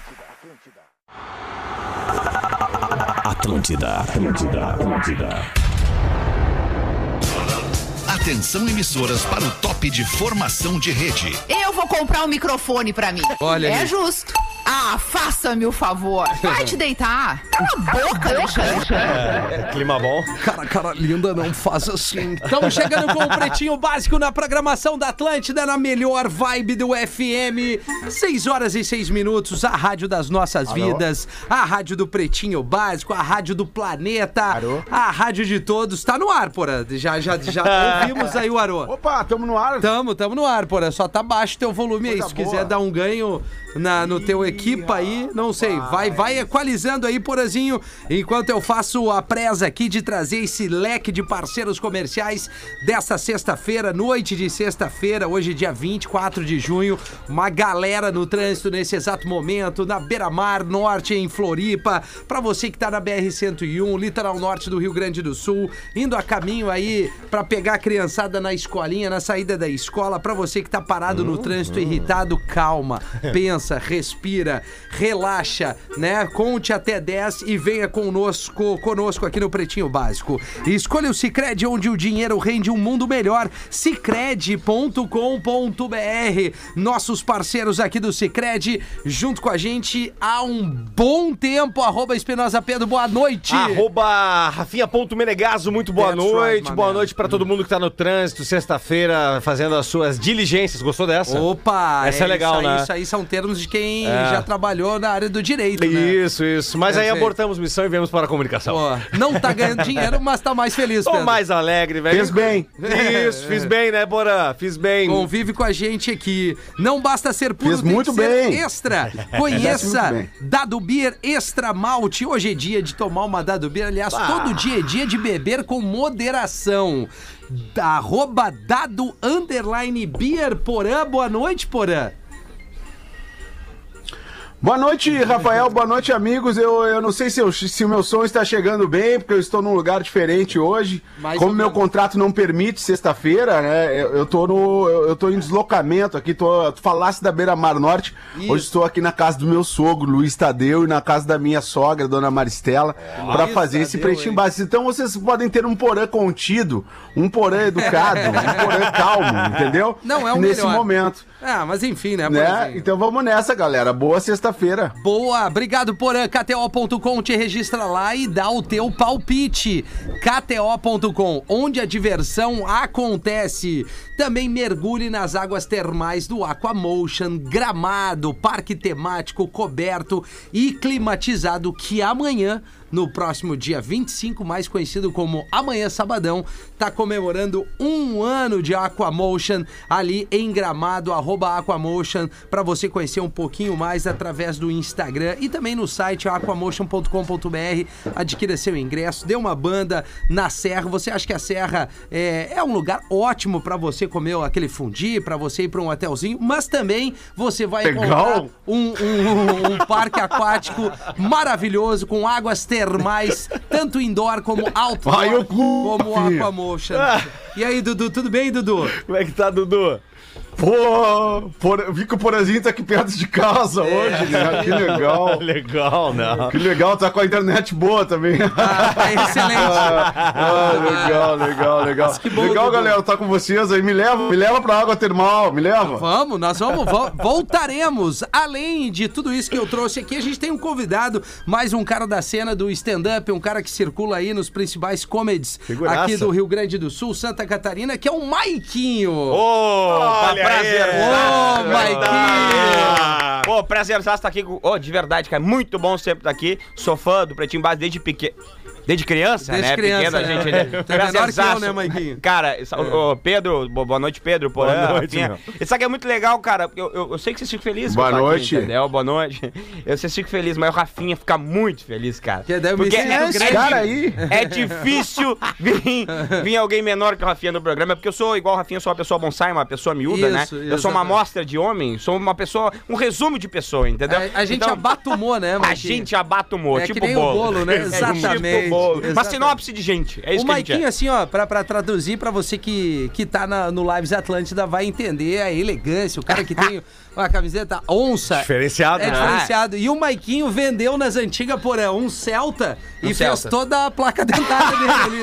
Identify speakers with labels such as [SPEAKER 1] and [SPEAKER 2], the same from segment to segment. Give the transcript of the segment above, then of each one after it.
[SPEAKER 1] Atlântida, Atlântida. Atlântida, Atlântida,
[SPEAKER 2] Atenção emissoras para o top de formação de rede.
[SPEAKER 3] Eu vou comprar um microfone pra mim.
[SPEAKER 4] Olha
[SPEAKER 3] É
[SPEAKER 4] ali.
[SPEAKER 3] justo. Ah, faça-me o favor. Vai te deitar. Cala a boca, Alexandre.
[SPEAKER 5] Clima bom.
[SPEAKER 4] Cara, cara linda, não faz assim. Estamos chegando com o Pretinho Básico na programação da Atlântida, na melhor vibe do FM. 6 horas e 6 minutos, a rádio das nossas vidas, a rádio do Pretinho Básico, a rádio do planeta, a rádio de todos. Tá no ar, Porã. Já, já, já ouvimos aí o Arô.
[SPEAKER 6] Opa, tamo no ar.
[SPEAKER 4] Tamo, tamo no ar, Porã. Só tá baixo teu volume aí.
[SPEAKER 6] Coisa
[SPEAKER 4] Se quiser
[SPEAKER 6] boa.
[SPEAKER 4] dar um ganho na, no teu equipa aí, não sei. Vai, vai equalizando aí, Porazinho, enquanto eu faço a presa aqui de trazer esse leque de parceiros comerciais desta sexta-feira, noite de sexta-feira, hoje dia 24 de junho. Uma galera no trânsito nesse exato momento, na Beira-Mar Norte, em Floripa. Pra você que tá na BR-101, litoral norte do Rio Grande do Sul, indo a caminho aí pra pegar a criançada na escolinha, na saída da escola. Pra você que tá parado no trânsito, irritado, calma. Pensa, respira, relaxa, né? Conte até 10 e venha conosco, conosco aqui no Pretinho Básico. Escolha o Cicred, onde o dinheiro rende um mundo melhor. Cicred.com.br. Nossos parceiros aqui do Cicred, junto com a gente há um bom tempo. Arroba Espinosa Pedro, boa noite.
[SPEAKER 5] Arroba Rafinha.melegazo, muito boa
[SPEAKER 4] That's
[SPEAKER 5] noite.
[SPEAKER 4] right, my
[SPEAKER 5] boa
[SPEAKER 4] man.
[SPEAKER 5] noite pra todo mundo que tá no trânsito, sexta-feira, fazendo as suas diligências. Gostou dessa?
[SPEAKER 4] Opa!
[SPEAKER 5] Essa é legal,
[SPEAKER 4] isso aí,
[SPEAKER 5] né?
[SPEAKER 4] Isso aí são termos de quem
[SPEAKER 5] É.
[SPEAKER 4] já trabalhou na área do direito, né?
[SPEAKER 5] Isso, isso. Mas aí
[SPEAKER 4] Perfeito.
[SPEAKER 5] abortamos missão e viemos para a comunicação.
[SPEAKER 4] Ó, não tá ganhando dinheiro, mas tá mais feliz,
[SPEAKER 5] Tô
[SPEAKER 4] Pedro.
[SPEAKER 5] mais alegre, velho.
[SPEAKER 6] Fez bem.
[SPEAKER 5] Isso, fiz bem, né, Porã? Fiz bem.
[SPEAKER 4] Convive com a gente aqui. Não basta ser puro,
[SPEAKER 6] Fez
[SPEAKER 4] tem
[SPEAKER 6] muito
[SPEAKER 4] que ser
[SPEAKER 6] bem.
[SPEAKER 4] extra.
[SPEAKER 6] Fez
[SPEAKER 4] Conheça
[SPEAKER 6] muito
[SPEAKER 4] Dado Beer Extra Malte. Hoje é dia de tomar uma Dado Beer. Aliás, todo dia é dia de beber com moderação. Da- Arroba Dado Underline Beer Porã. Boa noite, Porã.
[SPEAKER 6] Boa noite, Rafael. Boa noite, amigos. Eu, eu não sei se, eu- se o meu som está chegando bem, porque eu estou num lugar diferente hoje.
[SPEAKER 4] Mais ou
[SPEAKER 6] Como meu
[SPEAKER 4] menos.
[SPEAKER 6] contrato não permite, sexta-feira, né? Eu, eu tô no. Eu, eu tô em deslocamento aqui. Tô, tu falasse da Beira Mar Norte.
[SPEAKER 4] Isso.
[SPEAKER 6] Hoje estou aqui na casa do meu sogro, Luiz Tadeu, e na casa da minha sogra, Dona Maristela, pra para
[SPEAKER 4] É. Luiz
[SPEAKER 6] fazer esse
[SPEAKER 4] Tadeu,
[SPEAKER 6] pretinho
[SPEAKER 4] hein?
[SPEAKER 6] básico. Então vocês podem ter um porã contido, um porã educado, um porã calmo, entendeu?
[SPEAKER 4] Não, é o
[SPEAKER 6] Nesse
[SPEAKER 4] melhor.
[SPEAKER 6] momento.
[SPEAKER 4] Ah, mas enfim, né,
[SPEAKER 6] Né?
[SPEAKER 4] Porãzinho?
[SPEAKER 6] Então vamos nessa, galera. Boa sexta-feira.
[SPEAKER 4] Boa, obrigado Porã. KTO.com te registra lá e dá o teu palpite. KTO.com, onde a diversão acontece. Também mergulhe nas águas termais do Aquamotion, gramado, parque temático, coberto e climatizado que amanhã no próximo dia 25, mais conhecido como Amanhã Sabadão, tá comemorando um ano de Aquamotion ali em Gramado, arroba Aquamotion, para você conhecer um pouquinho mais através do Instagram e também no site aquamotion.com.br. Adquira seu ingresso, dê uma banda na Serra. Você acha que a Serra é, é um lugar ótimo para você comer aquele fundi, para você ir para um hotelzinho, mas também você vai
[SPEAKER 6] Legal.
[SPEAKER 4] encontrar um, um- um parque aquático maravilhoso com águas termais, tanto indoor como outdoor,
[SPEAKER 6] Vai, eu cu,
[SPEAKER 4] como
[SPEAKER 6] filho.
[SPEAKER 4] aquamotion. E aí, Dudu, tudo bem, Dudu?
[SPEAKER 5] Como é que tá, Dudu?
[SPEAKER 6] Pô, por... vi que o Porazinho tá aqui perto de casa
[SPEAKER 4] É.
[SPEAKER 6] hoje, né? Que legal.
[SPEAKER 5] Legal, né? não.
[SPEAKER 6] Que legal, tá com a internet boa também.
[SPEAKER 4] Ah, tá excelente.
[SPEAKER 6] Ah, legal, legal, legal.
[SPEAKER 4] bom,
[SPEAKER 6] legal,
[SPEAKER 4] Dudu.
[SPEAKER 6] galera, tá com vocês aí. Me leva, me leva pra água termal, me leva.
[SPEAKER 4] Vamos, nós vamos, vo- voltaremos. Além de tudo isso que eu trouxe aqui, a gente tem um convidado, mais um cara da cena do stand-up, um cara que circula aí nos principais comedies
[SPEAKER 5] Figuraça.
[SPEAKER 4] aqui do Rio Grande do Sul, Santa Catarina, que é o Maiquinho.
[SPEAKER 7] Ô,
[SPEAKER 5] Olha
[SPEAKER 7] Tá prazer.
[SPEAKER 5] aí. É
[SPEAKER 4] tá Ô, Maiquinho.
[SPEAKER 7] Ô, prazer estar aqui. com- Ô, de verdade, cara, muito bom sempre estar aqui. Sou fã do Pretinho Básico desde pequeno. Desde criança,
[SPEAKER 4] Desde
[SPEAKER 7] né?
[SPEAKER 4] criança,
[SPEAKER 7] Pequeno,
[SPEAKER 4] né?
[SPEAKER 7] a gente... né?
[SPEAKER 4] Tu é menor que eu,
[SPEAKER 7] Prazerzaço.
[SPEAKER 4] né, Maiquinho?
[SPEAKER 7] Cara, essa- ô, ô, Pedro, bo- boa noite, Pedro. Boa
[SPEAKER 5] noite, meu.
[SPEAKER 7] Isso aqui é muito legal, cara. porque Eu, eu, eu sei que vocês ficam felizes.
[SPEAKER 6] Boa
[SPEAKER 7] com eu estar
[SPEAKER 6] noite.
[SPEAKER 7] entendeu? Boa noite. Eu sei que vocês ficam felizes, mas o Rafinha fica muito feliz, cara.
[SPEAKER 4] Que deve me
[SPEAKER 7] Porque
[SPEAKER 4] sentir
[SPEAKER 7] é,
[SPEAKER 4] grande.
[SPEAKER 7] é,
[SPEAKER 6] Cara aí.
[SPEAKER 7] é difícil vir, vir alguém menor que o Rafinha no programa, porque eu sou igual o Rafinha, sou uma pessoa bonsai, uma pessoa miúda, né?
[SPEAKER 4] Isso,
[SPEAKER 7] eu sou uma
[SPEAKER 4] exatamente.
[SPEAKER 7] amostra de homem, sou uma pessoa, um resumo de pessoa, entendeu?
[SPEAKER 4] É, A, a gente
[SPEAKER 7] Então,
[SPEAKER 4] abatumou, né,
[SPEAKER 7] a
[SPEAKER 4] Maiquinha?
[SPEAKER 7] gente abata o humor,
[SPEAKER 4] É que
[SPEAKER 7] tipo
[SPEAKER 4] nem o bolo, né?
[SPEAKER 7] É tipo
[SPEAKER 4] Exatamente,
[SPEAKER 7] bolo. Uma
[SPEAKER 4] exatamente.
[SPEAKER 7] sinopse de gente, é isso
[SPEAKER 4] o
[SPEAKER 7] que a gente é.
[SPEAKER 4] Maiquinho, assim, ó, pra, pra traduzir, pra você que, que tá na- no Lives Atlântida, vai entender a elegância. O cara que tem uma camiseta onça.
[SPEAKER 5] Diferenciado,
[SPEAKER 4] É
[SPEAKER 5] né?
[SPEAKER 4] diferenciado. E o Maiquinho vendeu nas antigas, porém, um Celta
[SPEAKER 7] Um
[SPEAKER 4] e fez
[SPEAKER 7] Celta.
[SPEAKER 4] toda a placa dentária dele.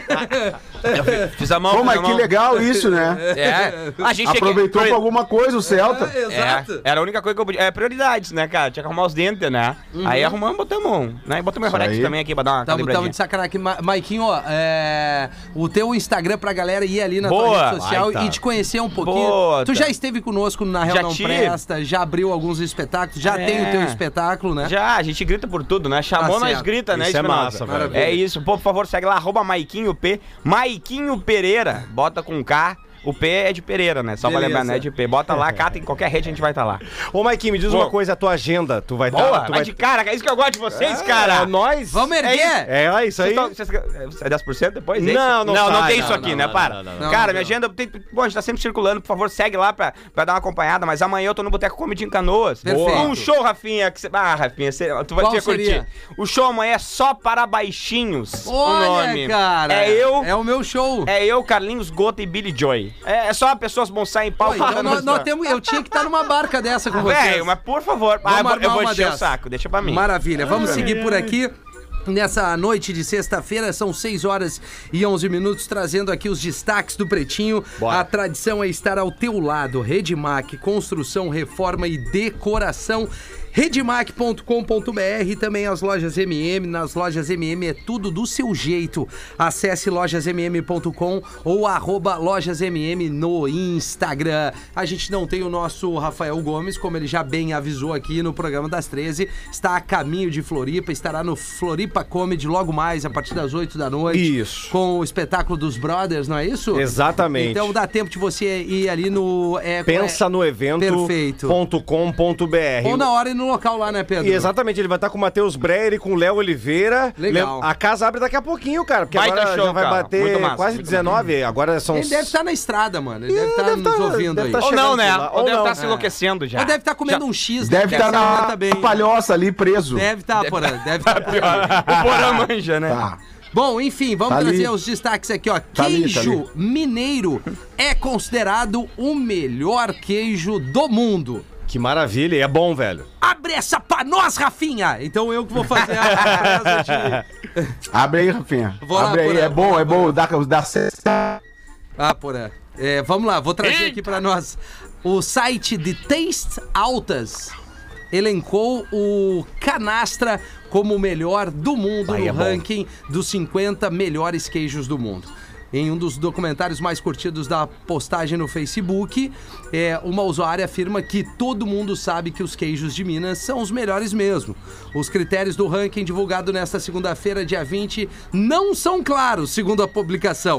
[SPEAKER 7] Fiz a mão,
[SPEAKER 6] Pô,
[SPEAKER 7] fiz
[SPEAKER 6] mas
[SPEAKER 7] a
[SPEAKER 6] que
[SPEAKER 7] mão.
[SPEAKER 6] legal isso, né?
[SPEAKER 7] É, a gente é que-
[SPEAKER 6] Aproveitou pra alguma coisa o Celta.
[SPEAKER 4] É, Exato.
[SPEAKER 7] É, era a única coisa que eu podia. É prioridades, né, cara? Tinha que arrumar os dentes, né? Aí arrumamos, botamos um. Né? E botamos o Rolex
[SPEAKER 6] aí.
[SPEAKER 7] também aqui pra dar uma
[SPEAKER 4] Uhum. Tamo, tamo
[SPEAKER 7] calibradinha.
[SPEAKER 4] de sacanagem aqui. Ma- Maiquinho, ó, é, o teu Instagram pra galera ir ali na tua
[SPEAKER 7] Boa, tá.
[SPEAKER 4] rede social
[SPEAKER 5] baita.
[SPEAKER 4] e te conhecer um pouquinho.
[SPEAKER 7] Boa,
[SPEAKER 4] tu
[SPEAKER 7] tá.
[SPEAKER 4] já esteve conosco na Real
[SPEAKER 7] Já
[SPEAKER 4] Não
[SPEAKER 7] tive.
[SPEAKER 4] Presta, já abriu alguns espetáculos, já
[SPEAKER 7] É.
[SPEAKER 4] tem o teu espetáculo, né?
[SPEAKER 7] Já, a gente grita por tudo, né? Chamou,
[SPEAKER 4] Tá
[SPEAKER 7] nós
[SPEAKER 4] certo.
[SPEAKER 7] grita, né?
[SPEAKER 5] Isso é
[SPEAKER 7] Espinosa?
[SPEAKER 5] massa, velho.
[SPEAKER 4] Maravilha.
[SPEAKER 7] É isso. Pô, por favor, segue lá, arroba Maiquinho P. Maiquinho Pereira. Bota com K. O P é de Pereira, né? Só
[SPEAKER 4] Beleza.
[SPEAKER 7] pra lembrar, né? De P. Bota lá, cata em qualquer rede, a gente vai estar lá.
[SPEAKER 5] Ô, Maikinho, me diz uma
[SPEAKER 7] Pô.
[SPEAKER 5] coisa, a tua agenda, tu
[SPEAKER 4] Tá,
[SPEAKER 5] vai tá-
[SPEAKER 7] Boa,
[SPEAKER 5] tu
[SPEAKER 7] vai
[SPEAKER 5] vai...
[SPEAKER 7] de cara, é isso que eu gosto de vocês,
[SPEAKER 4] Ah,
[SPEAKER 7] cara.
[SPEAKER 5] É nóis.
[SPEAKER 4] Vamos erguer!
[SPEAKER 5] É, é isso
[SPEAKER 7] Vocês
[SPEAKER 5] aí.
[SPEAKER 7] tão- vocês- é, Você é 10% depois? é
[SPEAKER 5] Não,
[SPEAKER 7] isso?
[SPEAKER 5] não
[SPEAKER 7] Não,
[SPEAKER 5] sai,
[SPEAKER 7] não tem
[SPEAKER 5] não,
[SPEAKER 7] isso aqui,
[SPEAKER 5] não,
[SPEAKER 7] né?
[SPEAKER 5] não,
[SPEAKER 7] Para.
[SPEAKER 5] não, não,
[SPEAKER 4] não.
[SPEAKER 7] Cara,
[SPEAKER 4] Não,
[SPEAKER 7] minha agenda. Tem, bom, a gente tá sempre circulando, por favor, segue lá pra, pra dar uma acompanhada. Mas amanhã eu tô no Boteco Comedy em Canoas.
[SPEAKER 4] Perfeito.
[SPEAKER 7] Com Um show, Rafinha. Que cê- ah, Rafinha, cê- tu vai
[SPEAKER 4] Qual
[SPEAKER 7] ter que
[SPEAKER 4] seria?
[SPEAKER 7] curtir. O show amanhã é só para baixinhos. o
[SPEAKER 4] Olha,
[SPEAKER 7] nome.
[SPEAKER 4] cara.
[SPEAKER 7] É eu.
[SPEAKER 4] É o meu show.
[SPEAKER 7] É eu, Carlinhos Gota e Billy Joy. É, é só pessoas bonsai em pau.
[SPEAKER 4] Pô, então
[SPEAKER 7] falando
[SPEAKER 4] nós,
[SPEAKER 7] isso.
[SPEAKER 4] nós temos, eu tinha que estar numa barca dessa com vocês.
[SPEAKER 7] Velho, mas por favor.
[SPEAKER 4] Vamos
[SPEAKER 7] Ah, eu vou- eu
[SPEAKER 4] armar
[SPEAKER 7] vou
[SPEAKER 4] uma
[SPEAKER 7] encher o
[SPEAKER 4] dessas.
[SPEAKER 7] saco, deixa pra mim.
[SPEAKER 4] Maravilha, vamos seguir por aqui. Nessa noite de sexta-feira, são 6 horas e 11 minutos, trazendo aqui os destaques do Pretinho. A tradição é estar ao teu lado. Redmac, construção, reforma e decoração. Redmac.com.br e também as lojas MM. Nas lojas MM é tudo do seu jeito. Acesse lojasmm.com ou arroba lojasmm no Instagram. A gente não tem o nosso Rafael Gomes, como ele já bem avisou aqui no programa das 13, está a caminho de Floripa, estará no Floripa Comedy logo mais, a partir das 8 da noite.
[SPEAKER 5] Isso.
[SPEAKER 4] Com o espetáculo dos Brothers, não é isso?
[SPEAKER 5] Exatamente.
[SPEAKER 4] Então dá tempo de você ir ali no... é,
[SPEAKER 5] Pensa
[SPEAKER 4] é,
[SPEAKER 5] no
[SPEAKER 4] Perfeito.
[SPEAKER 5] evento.com.br.
[SPEAKER 4] é, Ou na hora e no local lá, né, Pedro?
[SPEAKER 5] E exatamente, ele vai estar com o Matheus Breyer e com o Léo Oliveira.
[SPEAKER 4] Legal.
[SPEAKER 5] Lem- A casa abre daqui a pouquinho, cara, porque
[SPEAKER 7] Baita
[SPEAKER 5] agora
[SPEAKER 7] show,
[SPEAKER 5] já vai
[SPEAKER 7] cara.
[SPEAKER 5] bater
[SPEAKER 7] Muito massa,
[SPEAKER 5] quase
[SPEAKER 7] muito
[SPEAKER 5] 19, agora são...
[SPEAKER 4] Ele deve estar na estrada, mano. Ele
[SPEAKER 5] Ih,
[SPEAKER 4] deve estar
[SPEAKER 5] deve
[SPEAKER 4] nos
[SPEAKER 5] tá-
[SPEAKER 4] ouvindo
[SPEAKER 5] deve
[SPEAKER 4] aí.
[SPEAKER 5] tá
[SPEAKER 7] Ou não, né?
[SPEAKER 5] Lá, ou
[SPEAKER 7] Ou deve
[SPEAKER 5] não.
[SPEAKER 7] estar se enlouquecendo já.
[SPEAKER 4] É. Ou deve estar comendo
[SPEAKER 7] Já-
[SPEAKER 4] um X, né?
[SPEAKER 6] Deve estar
[SPEAKER 4] tá
[SPEAKER 6] na
[SPEAKER 4] também.
[SPEAKER 6] palhoça ali preso.
[SPEAKER 4] Deve né? estar, porra.
[SPEAKER 7] tá.
[SPEAKER 4] Deve estar
[SPEAKER 7] O Porã manja, né?
[SPEAKER 6] Tá.
[SPEAKER 4] Bom, enfim, vamos
[SPEAKER 6] Tá ali.
[SPEAKER 4] trazer os destaques aqui, ó.
[SPEAKER 6] Tá ali, tá
[SPEAKER 4] queijo mineiro é considerado o melhor queijo do mundo.
[SPEAKER 5] Que maravilha, e é bom, velho.
[SPEAKER 4] Abre essa pra nós, Rafinha! Então eu que vou fazer a frase de...
[SPEAKER 6] Abre aí, Rafinha.
[SPEAKER 4] Vou lá,
[SPEAKER 6] Abre aí.
[SPEAKER 4] Porã.
[SPEAKER 6] É bom, é bom. Dá, dá cesta.
[SPEAKER 4] Ah, porra. É, vamos lá, vou trazer aqui pra nós. O site de Taste Altas elencou o Canastra como o melhor do mundo no ranking dos 50 melhores queijos do mundo. Em um dos documentários mais curtidos da postagem no Facebook, é, uma usuária afirma que todo mundo sabe que os queijos de Minas são os melhores mesmo. Os critérios do ranking divulgado nesta segunda-feira, dia 20, não são claros, segundo a publicação.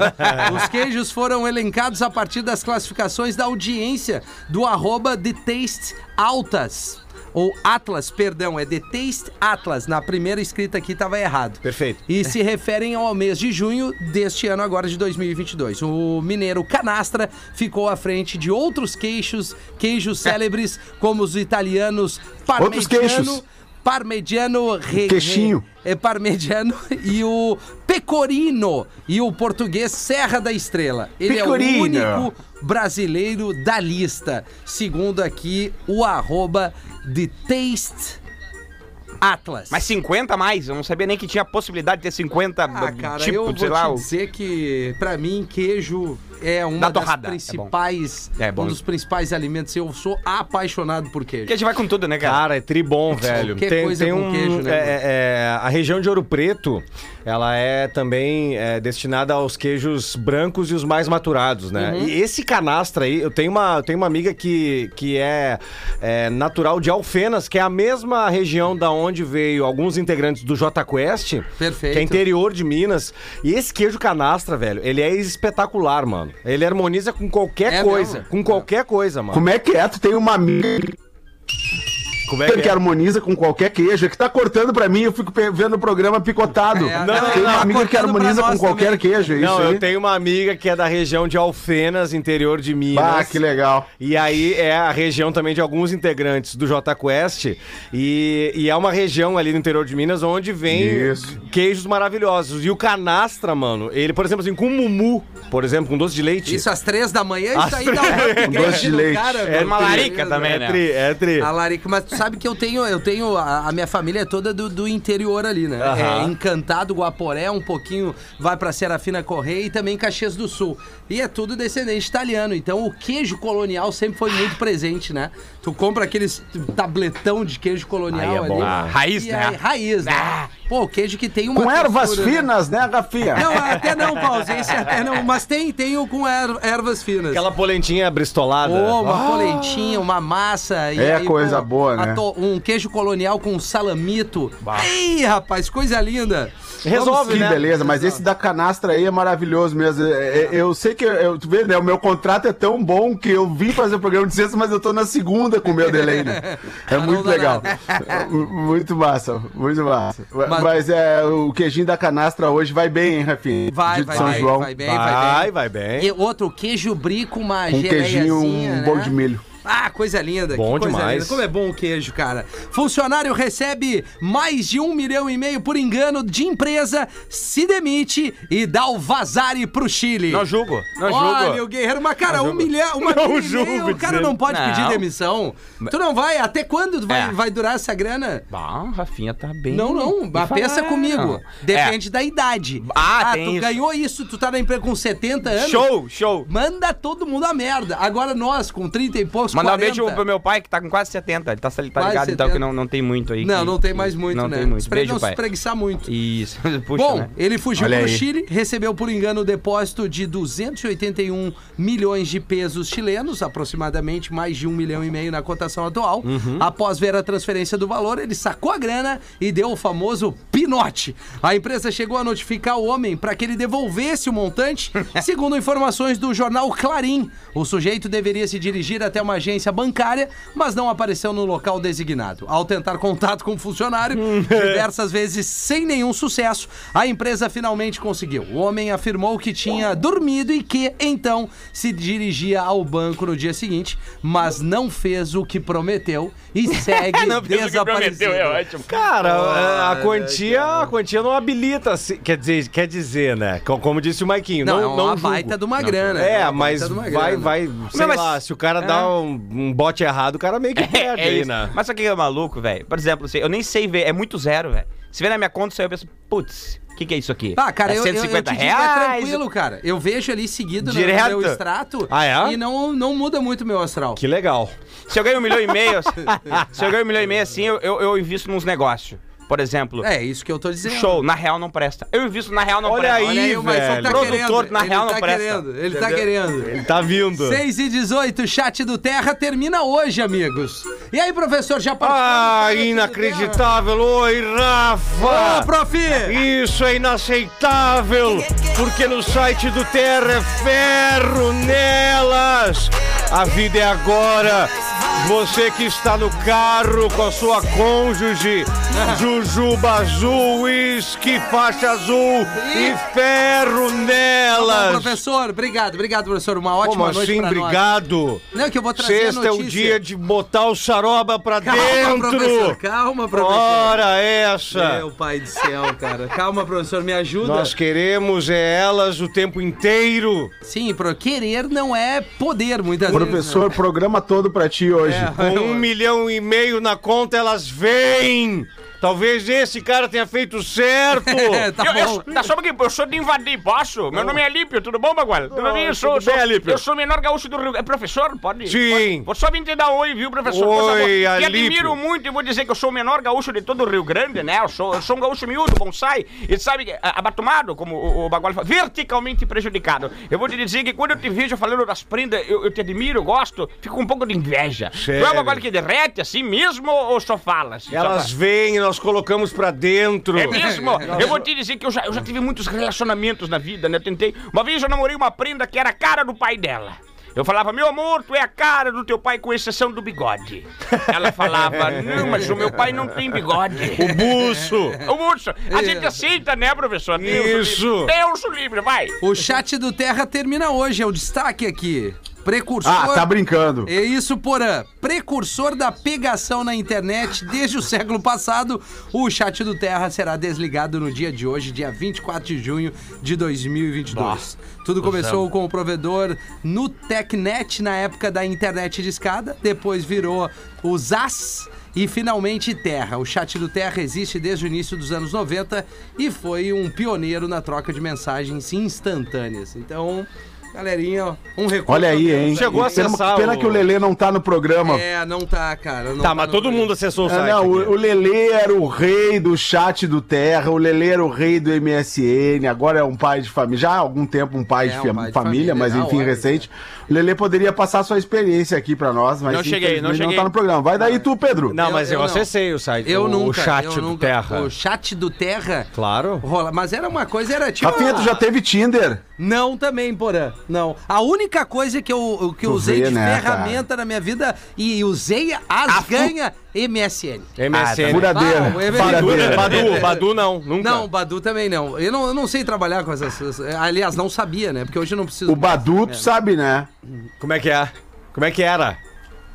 [SPEAKER 4] Os queijos foram elencados a partir das classificações da audiência do arroba de Taste Altas. Ou Atlas, perdão, é The Taste Atlas. Na primeira escrita aqui estava errado.
[SPEAKER 5] Perfeito.
[SPEAKER 4] E se referem ao mês de junho deste ano, agora de 2022. O mineiro Canastra ficou à frente de outros queijos, queijos célebres, como os italianos
[SPEAKER 6] É. Outros
[SPEAKER 4] Parmegiano,
[SPEAKER 6] queijos.
[SPEAKER 4] Parmegiano re,
[SPEAKER 6] Queixinho.
[SPEAKER 4] re- é Parmegiano e o Pecorino e o português Serra da Estrela. Ele é o
[SPEAKER 6] Pecorino.
[SPEAKER 4] único brasileiro da lista, segundo aqui o arroba de Taste Atlas.
[SPEAKER 7] Mas 50 a mais, eu não sabia nem que tinha possibilidade de ter 50
[SPEAKER 4] Ah,
[SPEAKER 7] b-
[SPEAKER 4] cara, eu
[SPEAKER 7] tipo,
[SPEAKER 4] vou
[SPEAKER 7] sei lá.
[SPEAKER 4] te
[SPEAKER 7] o-
[SPEAKER 4] dizer que pra mim queijo é uma
[SPEAKER 7] Da
[SPEAKER 4] das
[SPEAKER 7] torrada, é bom.
[SPEAKER 4] principais,
[SPEAKER 7] É bom.
[SPEAKER 4] um dos principais alimentos. Eu sou apaixonado por queijo.
[SPEAKER 7] Porque a gente vai com tudo, né, cara?
[SPEAKER 5] Cara, é tribom, velho.
[SPEAKER 4] Qualquer
[SPEAKER 5] tem,
[SPEAKER 4] coisa
[SPEAKER 5] tem
[SPEAKER 4] com
[SPEAKER 5] um,
[SPEAKER 4] queijo, né,
[SPEAKER 5] é,
[SPEAKER 4] mano?
[SPEAKER 5] é, é, a região de Ouro Preto, ela é também é, destinada aos queijos brancos e os mais maturados, né?
[SPEAKER 4] Uhum.
[SPEAKER 5] E esse canastra aí, eu tenho uma, eu tenho uma amiga que, que é, é, natural de Alfenas, que é a mesma região da onde veio alguns integrantes do J Quest.
[SPEAKER 4] Perfeito.
[SPEAKER 5] Que é interior de Minas. E esse queijo canastra, velho, ele é espetacular, mano. Ele harmoniza com qualquer
[SPEAKER 4] É
[SPEAKER 5] coisa.
[SPEAKER 4] mesmo?
[SPEAKER 5] Com qualquer coisa, mano.
[SPEAKER 6] Como é que é? Tu tem uma amiga.
[SPEAKER 5] Como é que
[SPEAKER 6] que
[SPEAKER 5] é?
[SPEAKER 6] harmoniza com qualquer queijo. É que tá cortando pra mim, eu fico pe- vendo o programa picotado.
[SPEAKER 4] É,
[SPEAKER 6] não,
[SPEAKER 4] não,
[SPEAKER 6] tem
[SPEAKER 4] não,
[SPEAKER 6] uma
[SPEAKER 4] tá
[SPEAKER 6] amiga que
[SPEAKER 4] cortando pra
[SPEAKER 6] harmoniza com
[SPEAKER 4] nós
[SPEAKER 6] qualquer
[SPEAKER 4] também.
[SPEAKER 6] queijo, é isso
[SPEAKER 5] Não,
[SPEAKER 6] aí.
[SPEAKER 5] eu tenho uma amiga que é da região de Alfenas, interior de Minas.
[SPEAKER 6] Ah, que legal.
[SPEAKER 5] E aí é a região também de alguns integrantes do J Quest. E, e é uma região ali no interior de Minas onde vem
[SPEAKER 6] Isso.
[SPEAKER 5] queijos maravilhosos. E o canastra, mano, ele, por exemplo, assim, com mumu, por exemplo, com doce de leite.
[SPEAKER 4] Isso é às três da manhã, isso aí dá
[SPEAKER 6] Um doce de
[SPEAKER 4] no
[SPEAKER 6] leite.
[SPEAKER 7] É uma
[SPEAKER 4] meu
[SPEAKER 7] larica
[SPEAKER 4] Deus,
[SPEAKER 7] também,
[SPEAKER 5] é
[SPEAKER 7] né?
[SPEAKER 5] tri, é tri.
[SPEAKER 4] A Larica, mas tu sabe que eu tenho, eu tenho a, a minha família é toda do, do interior ali, né?
[SPEAKER 5] Aham.
[SPEAKER 4] É Encantado, Guaporé, um pouquinho vai pra Serafina Correia e também Caxias do Sul. E é tudo descendente italiano, então o queijo colonial sempre foi muito presente, né? Tu compra aqueles tabletão de queijo colonial
[SPEAKER 5] Aí é bom.
[SPEAKER 4] ali.
[SPEAKER 5] Ah,
[SPEAKER 7] raiz,
[SPEAKER 4] E
[SPEAKER 7] né?
[SPEAKER 4] aí, raiz, né? Pô, o queijo que tem uma
[SPEAKER 6] Com ervas
[SPEAKER 4] textura, né?
[SPEAKER 6] finas, né, Rafinha?
[SPEAKER 4] Não, é até não, com ausência, até não. Mas tem, tem o com er- ervas finas.
[SPEAKER 5] Aquela polentinha bristolada.
[SPEAKER 4] Ô, uma polentinha, uma massa. E
[SPEAKER 6] Ah! É coisa
[SPEAKER 4] pô,
[SPEAKER 6] boa, né?
[SPEAKER 4] a to- Um queijo colonial com salamito. Ei, rapaz, coisa linda.
[SPEAKER 5] Resolve,
[SPEAKER 6] que
[SPEAKER 5] né?
[SPEAKER 6] beleza, mas esse da canastra aí é maravilhoso mesmo. É, é, Eu sei que, eu, tu vê, né, o meu contrato é tão bom que eu vim fazer o programa de sexta, mas eu tô na segunda com o meu delay, né? É
[SPEAKER 4] Não
[SPEAKER 6] muito
[SPEAKER 4] dá
[SPEAKER 6] legal.
[SPEAKER 4] nada.
[SPEAKER 6] M- Muito massa, muito massa.
[SPEAKER 4] Mas-
[SPEAKER 6] Mas, é, o queijinho da canastra hoje vai bem, hein, Rafinha?
[SPEAKER 4] Vai,
[SPEAKER 6] Dito
[SPEAKER 4] vai,
[SPEAKER 6] São
[SPEAKER 4] vai,
[SPEAKER 6] João.
[SPEAKER 4] vai bem, vai
[SPEAKER 5] Vai,
[SPEAKER 4] bem.
[SPEAKER 5] vai bem.
[SPEAKER 4] E outro queijo brie com uma
[SPEAKER 6] Um queijinho, um
[SPEAKER 4] geleiazinha,
[SPEAKER 6] bolo
[SPEAKER 4] né?
[SPEAKER 6] de milho.
[SPEAKER 4] Ah, coisa linda.
[SPEAKER 5] Bom
[SPEAKER 4] que coisa
[SPEAKER 5] demais.
[SPEAKER 4] linda. Como é bom o queijo, cara. Funcionário recebe mais de um milhão e meio por engano de empresa, se demite e dá o vazare pro Chile.
[SPEAKER 7] Não julgo, não
[SPEAKER 4] Olha,
[SPEAKER 7] julgo.
[SPEAKER 4] o Guerreiro, mas cara, um milhão, uma
[SPEAKER 7] É
[SPEAKER 5] Não
[SPEAKER 4] milhão
[SPEAKER 5] julgo,
[SPEAKER 4] e meio, o cara
[SPEAKER 5] dizendo.
[SPEAKER 4] não pode
[SPEAKER 7] Não.
[SPEAKER 4] pedir demissão. Tu não vai, até quando tu vai,
[SPEAKER 7] É.
[SPEAKER 4] vai durar essa grana?
[SPEAKER 7] Bah, Rafinha tá bem.
[SPEAKER 4] Não, não, mas pensa comigo. Depende da idade.
[SPEAKER 7] É. Ah,
[SPEAKER 4] tu
[SPEAKER 7] tem isso.
[SPEAKER 4] ganhou isso, tu tá na empresa com 70 anos.
[SPEAKER 7] Show, show.
[SPEAKER 4] Manda todo mundo a merda. Agora nós, com 30 e poucos,
[SPEAKER 7] Mandar um
[SPEAKER 4] 40,
[SPEAKER 7] beijo pro meu pai que tá com quase 70. Ele tá, ele tá
[SPEAKER 4] Quase
[SPEAKER 7] ligado, então
[SPEAKER 4] 70.
[SPEAKER 7] que não, não tem muito aí.
[SPEAKER 4] Não,
[SPEAKER 7] que-
[SPEAKER 4] não tem mais muito,
[SPEAKER 7] não
[SPEAKER 4] né?
[SPEAKER 7] Tem muito.
[SPEAKER 4] Espre-
[SPEAKER 7] Beijo,
[SPEAKER 4] não se
[SPEAKER 7] pai.
[SPEAKER 4] espreguiçar muito.
[SPEAKER 7] Isso, puxa,
[SPEAKER 4] Bom,
[SPEAKER 7] né?
[SPEAKER 4] ele fugiu
[SPEAKER 6] Olha
[SPEAKER 4] para o
[SPEAKER 6] aí.
[SPEAKER 4] Chile, recebeu por engano o depósito de 281 milhões de pesos chilenos, aproximadamente mais de um milhão e meio na cotação atual. Após ver a transferência do valor, ele sacou a grana e deu o famoso pinote. A empresa chegou a notificar o homem para que ele devolvesse o montante, segundo informações do jornal Clarim. O sujeito deveria se dirigir até uma agência bancária, mas não apareceu no local designado. Ao tentar contato com o funcionário,
[SPEAKER 7] É.
[SPEAKER 4] diversas vezes sem nenhum sucesso, a empresa finalmente conseguiu. O homem afirmou que tinha dormido e que, então, se dirigia ao banco no dia seguinte, mas não fez o que prometeu e segue
[SPEAKER 7] Não fez o que
[SPEAKER 4] desaparecido.
[SPEAKER 7] prometeu, é ótimo.
[SPEAKER 5] Cara, é, a- a quantia, a quantia não habilita, assim, quer dizer, quer dizer, né? Co- Como disse o Maiquinho, não,
[SPEAKER 4] Não, é
[SPEAKER 5] não
[SPEAKER 4] uma
[SPEAKER 5] julgo.
[SPEAKER 4] baita de uma grana. né?
[SPEAKER 5] É,
[SPEAKER 4] uma
[SPEAKER 5] mas
[SPEAKER 4] baita de uma
[SPEAKER 5] vai,
[SPEAKER 4] grana. é.
[SPEAKER 5] vai, sei
[SPEAKER 7] mas-
[SPEAKER 5] lá, se o cara dá um, um bote errado, o cara meio que perde
[SPEAKER 7] É
[SPEAKER 5] aí,
[SPEAKER 7] isso.
[SPEAKER 5] né?
[SPEAKER 7] Mas só que é maluco, velho. Por exemplo, assim, eu nem sei ver, é muito zero, velho. Se vê na minha conta, isso aí eu penso, putz, o que, que é isso aqui?
[SPEAKER 4] Tá, cara,
[SPEAKER 7] é
[SPEAKER 4] eu, eu, eu te digo, é
[SPEAKER 7] reais.
[SPEAKER 4] tranquilo, cara. Eu vejo ali seguido no
[SPEAKER 7] Direto.
[SPEAKER 4] meu extrato
[SPEAKER 5] Ah, é?
[SPEAKER 4] e não, não muda muito o meu astral.
[SPEAKER 5] Que legal.
[SPEAKER 7] Se eu ganho um milhão e meio, se eu ganho um milhão e meio assim, eu, eu, eu invisto nos negócios. Por exemplo,
[SPEAKER 4] É, isso que eu tô dizendo.
[SPEAKER 7] show, na real não presta. Eu invisto na real não
[SPEAKER 5] Olha
[SPEAKER 7] presta.
[SPEAKER 5] aí,
[SPEAKER 4] o Maicon tá
[SPEAKER 5] velho.
[SPEAKER 7] Produtor, na
[SPEAKER 4] ele
[SPEAKER 7] real,
[SPEAKER 4] tá
[SPEAKER 7] não presta.
[SPEAKER 4] Querendo, ele tá querendo.
[SPEAKER 5] Ele tá vindo.
[SPEAKER 4] 6 e 18, chat do Terra termina hoje, amigos. E aí, professor, já participou? do
[SPEAKER 5] Ah,
[SPEAKER 4] chat do
[SPEAKER 5] inacreditável. Tá Oi,
[SPEAKER 4] Terra?
[SPEAKER 5] Rafa.
[SPEAKER 4] Ô, prof! Tá
[SPEAKER 5] Isso é inaceitável, porque no site do Terra é ferro nelas. A vida é agora. Você que está no carro com a sua cônjuge, Jujuba azul, uísque, faixa azul e ferro
[SPEAKER 4] Bom,
[SPEAKER 5] nelas.
[SPEAKER 4] professor, obrigado, obrigado, professor. Uma ótima
[SPEAKER 5] Como
[SPEAKER 4] noite
[SPEAKER 5] assim,
[SPEAKER 4] pra nós.
[SPEAKER 5] obrigado?
[SPEAKER 4] Não, que eu vou trazer a
[SPEAKER 5] Sexta é o
[SPEAKER 4] notícia.
[SPEAKER 5] dia de botar o saroba pra
[SPEAKER 4] Calma, professor,
[SPEAKER 5] dentro.
[SPEAKER 4] calma, professor.
[SPEAKER 5] Ora essa.
[SPEAKER 4] Meu pai do céu, cara. Calma, professor, me ajuda.
[SPEAKER 5] Nós queremos é elas o tempo inteiro.
[SPEAKER 4] Sim, pro querer não é poder, muitas
[SPEAKER 6] Professor, programa todo pra ti hoje.
[SPEAKER 4] vezes. né?
[SPEAKER 5] Com um milhão e meio na conta, elas vêm! Talvez esse cara tenha feito certo!
[SPEAKER 4] É, tá
[SPEAKER 7] Eu,
[SPEAKER 4] bom.
[SPEAKER 7] eu, tá só um pouquinho, eu sou de invadir baixo. Meu nome é Alípio, tudo bom, Bagual? Tudo bem? Eu sou,
[SPEAKER 5] tudo bem,
[SPEAKER 7] sou-
[SPEAKER 5] Alípio?
[SPEAKER 7] eu sou o menor gaúcho do Rio. É professor? Pode?
[SPEAKER 5] Sim.
[SPEAKER 7] Pode. Vou só vir te dar oi, viu, professor?
[SPEAKER 5] Oi,
[SPEAKER 7] Te
[SPEAKER 5] Alípio.
[SPEAKER 7] admiro muito e vou dizer que eu sou o menor gaúcho de todo o Rio Grande, né? Eu sou, eu sou um gaúcho miúdo, bonsai. E sabe, que, a- abatumado, como o, o Bagual fala, verticalmente prejudicado. Eu vou te dizer que quando eu te vejo falando das prendas, eu, eu te admiro, eu gosto, fico com um pouco de inveja.
[SPEAKER 5] Sério?
[SPEAKER 7] Tu é o Bagual que derrete assim mesmo ou só fala? assim, só fala?
[SPEAKER 5] Elas
[SPEAKER 4] tá.
[SPEAKER 5] vêm e nós colocamos pra dentro.
[SPEAKER 7] É mesmo? Eu vou te dizer que eu já, eu já tive muitos relacionamentos na vida, né? Eu tentei. Uma vez eu namorei uma prenda que era a cara do pai dela. Eu falava, meu amor, tu é a cara do teu pai, com exceção do bigode. Ela falava, não, mas o meu pai não tem bigode.
[SPEAKER 5] O buço!
[SPEAKER 7] O urso, a gente aceita, né, professor? Deus
[SPEAKER 5] Isso.
[SPEAKER 7] o livre. Deus o livre, vai.
[SPEAKER 4] O chat do Terra termina hoje, é o destaque aqui. Precursor.
[SPEAKER 6] Ah, tá brincando.
[SPEAKER 4] É isso, Porã. Precursor da pegação na internet desde o século passado, o chat do Terra será desligado no dia de hoje, dia 24 de junho de 2022. Tudo começou com o provedor Nutecnet na época da internet de escada, depois virou o ZAS e finalmente Terra. O chat do Terra existe desde o início dos anos 90 e foi um pioneiro na troca de mensagens instantâneas. Então, galerinha, ó, um recurso.
[SPEAKER 6] Olha aí, hein?
[SPEAKER 5] Chegou a
[SPEAKER 6] pena,
[SPEAKER 5] acessar
[SPEAKER 6] pena
[SPEAKER 5] o-
[SPEAKER 6] que o Lelê não tá no programa.
[SPEAKER 4] É, não tá, cara. não
[SPEAKER 5] Tá, mas
[SPEAKER 4] no
[SPEAKER 5] todo
[SPEAKER 4] preço.
[SPEAKER 5] mundo acessou o
[SPEAKER 6] Ah,
[SPEAKER 5] site.
[SPEAKER 6] não,
[SPEAKER 5] aqui.
[SPEAKER 6] o, o Lelê era o rei do chat do Terra, o Lelê era o rei do MSN, agora é um pai de família, já há algum tempo um pai,
[SPEAKER 4] É,
[SPEAKER 6] de,
[SPEAKER 4] um
[SPEAKER 6] fam-
[SPEAKER 4] pai
[SPEAKER 6] família,
[SPEAKER 4] de família,
[SPEAKER 6] mas
[SPEAKER 4] na
[SPEAKER 6] enfim,
[SPEAKER 4] hora,
[SPEAKER 6] recente. O Lelê poderia passar sua experiência aqui pra nós, mas
[SPEAKER 7] Não cheguei, não
[SPEAKER 6] infelizmente
[SPEAKER 7] cheguei.
[SPEAKER 6] tá no programa. Vai daí tu, Pedro.
[SPEAKER 5] Não,
[SPEAKER 4] Eu-
[SPEAKER 5] mas eu,
[SPEAKER 4] eu não.
[SPEAKER 5] acessei o site.
[SPEAKER 4] Eu
[SPEAKER 5] o,
[SPEAKER 4] nunca.
[SPEAKER 5] O chat
[SPEAKER 4] eu
[SPEAKER 5] do
[SPEAKER 4] nunca-
[SPEAKER 5] Terra.
[SPEAKER 4] O chat do Terra?
[SPEAKER 5] Claro.
[SPEAKER 4] Rola, mas era uma coisa, era tipo.
[SPEAKER 6] Rafinha, tu
[SPEAKER 5] tá-
[SPEAKER 6] já teve Tinder?
[SPEAKER 4] Não, também, Porã. Não. A única coisa que eu, que eu
[SPEAKER 6] Tu
[SPEAKER 4] usei
[SPEAKER 6] vê,
[SPEAKER 4] de
[SPEAKER 6] né,
[SPEAKER 4] ferramenta na minha vida e usei as ganha MSN.
[SPEAKER 5] MSN.
[SPEAKER 6] Furadeira.
[SPEAKER 4] Ah, o Evelyn-
[SPEAKER 6] furadeira.
[SPEAKER 5] Badu, Badu não, nunca.
[SPEAKER 4] Não, o Badu também não. Eu, não. eu não sei trabalhar com essas. essas- Aliás, não sabia, né? Porque hoje eu não preciso.
[SPEAKER 6] O Badu, tu sabe, né?
[SPEAKER 5] Como é que é? Como é que era?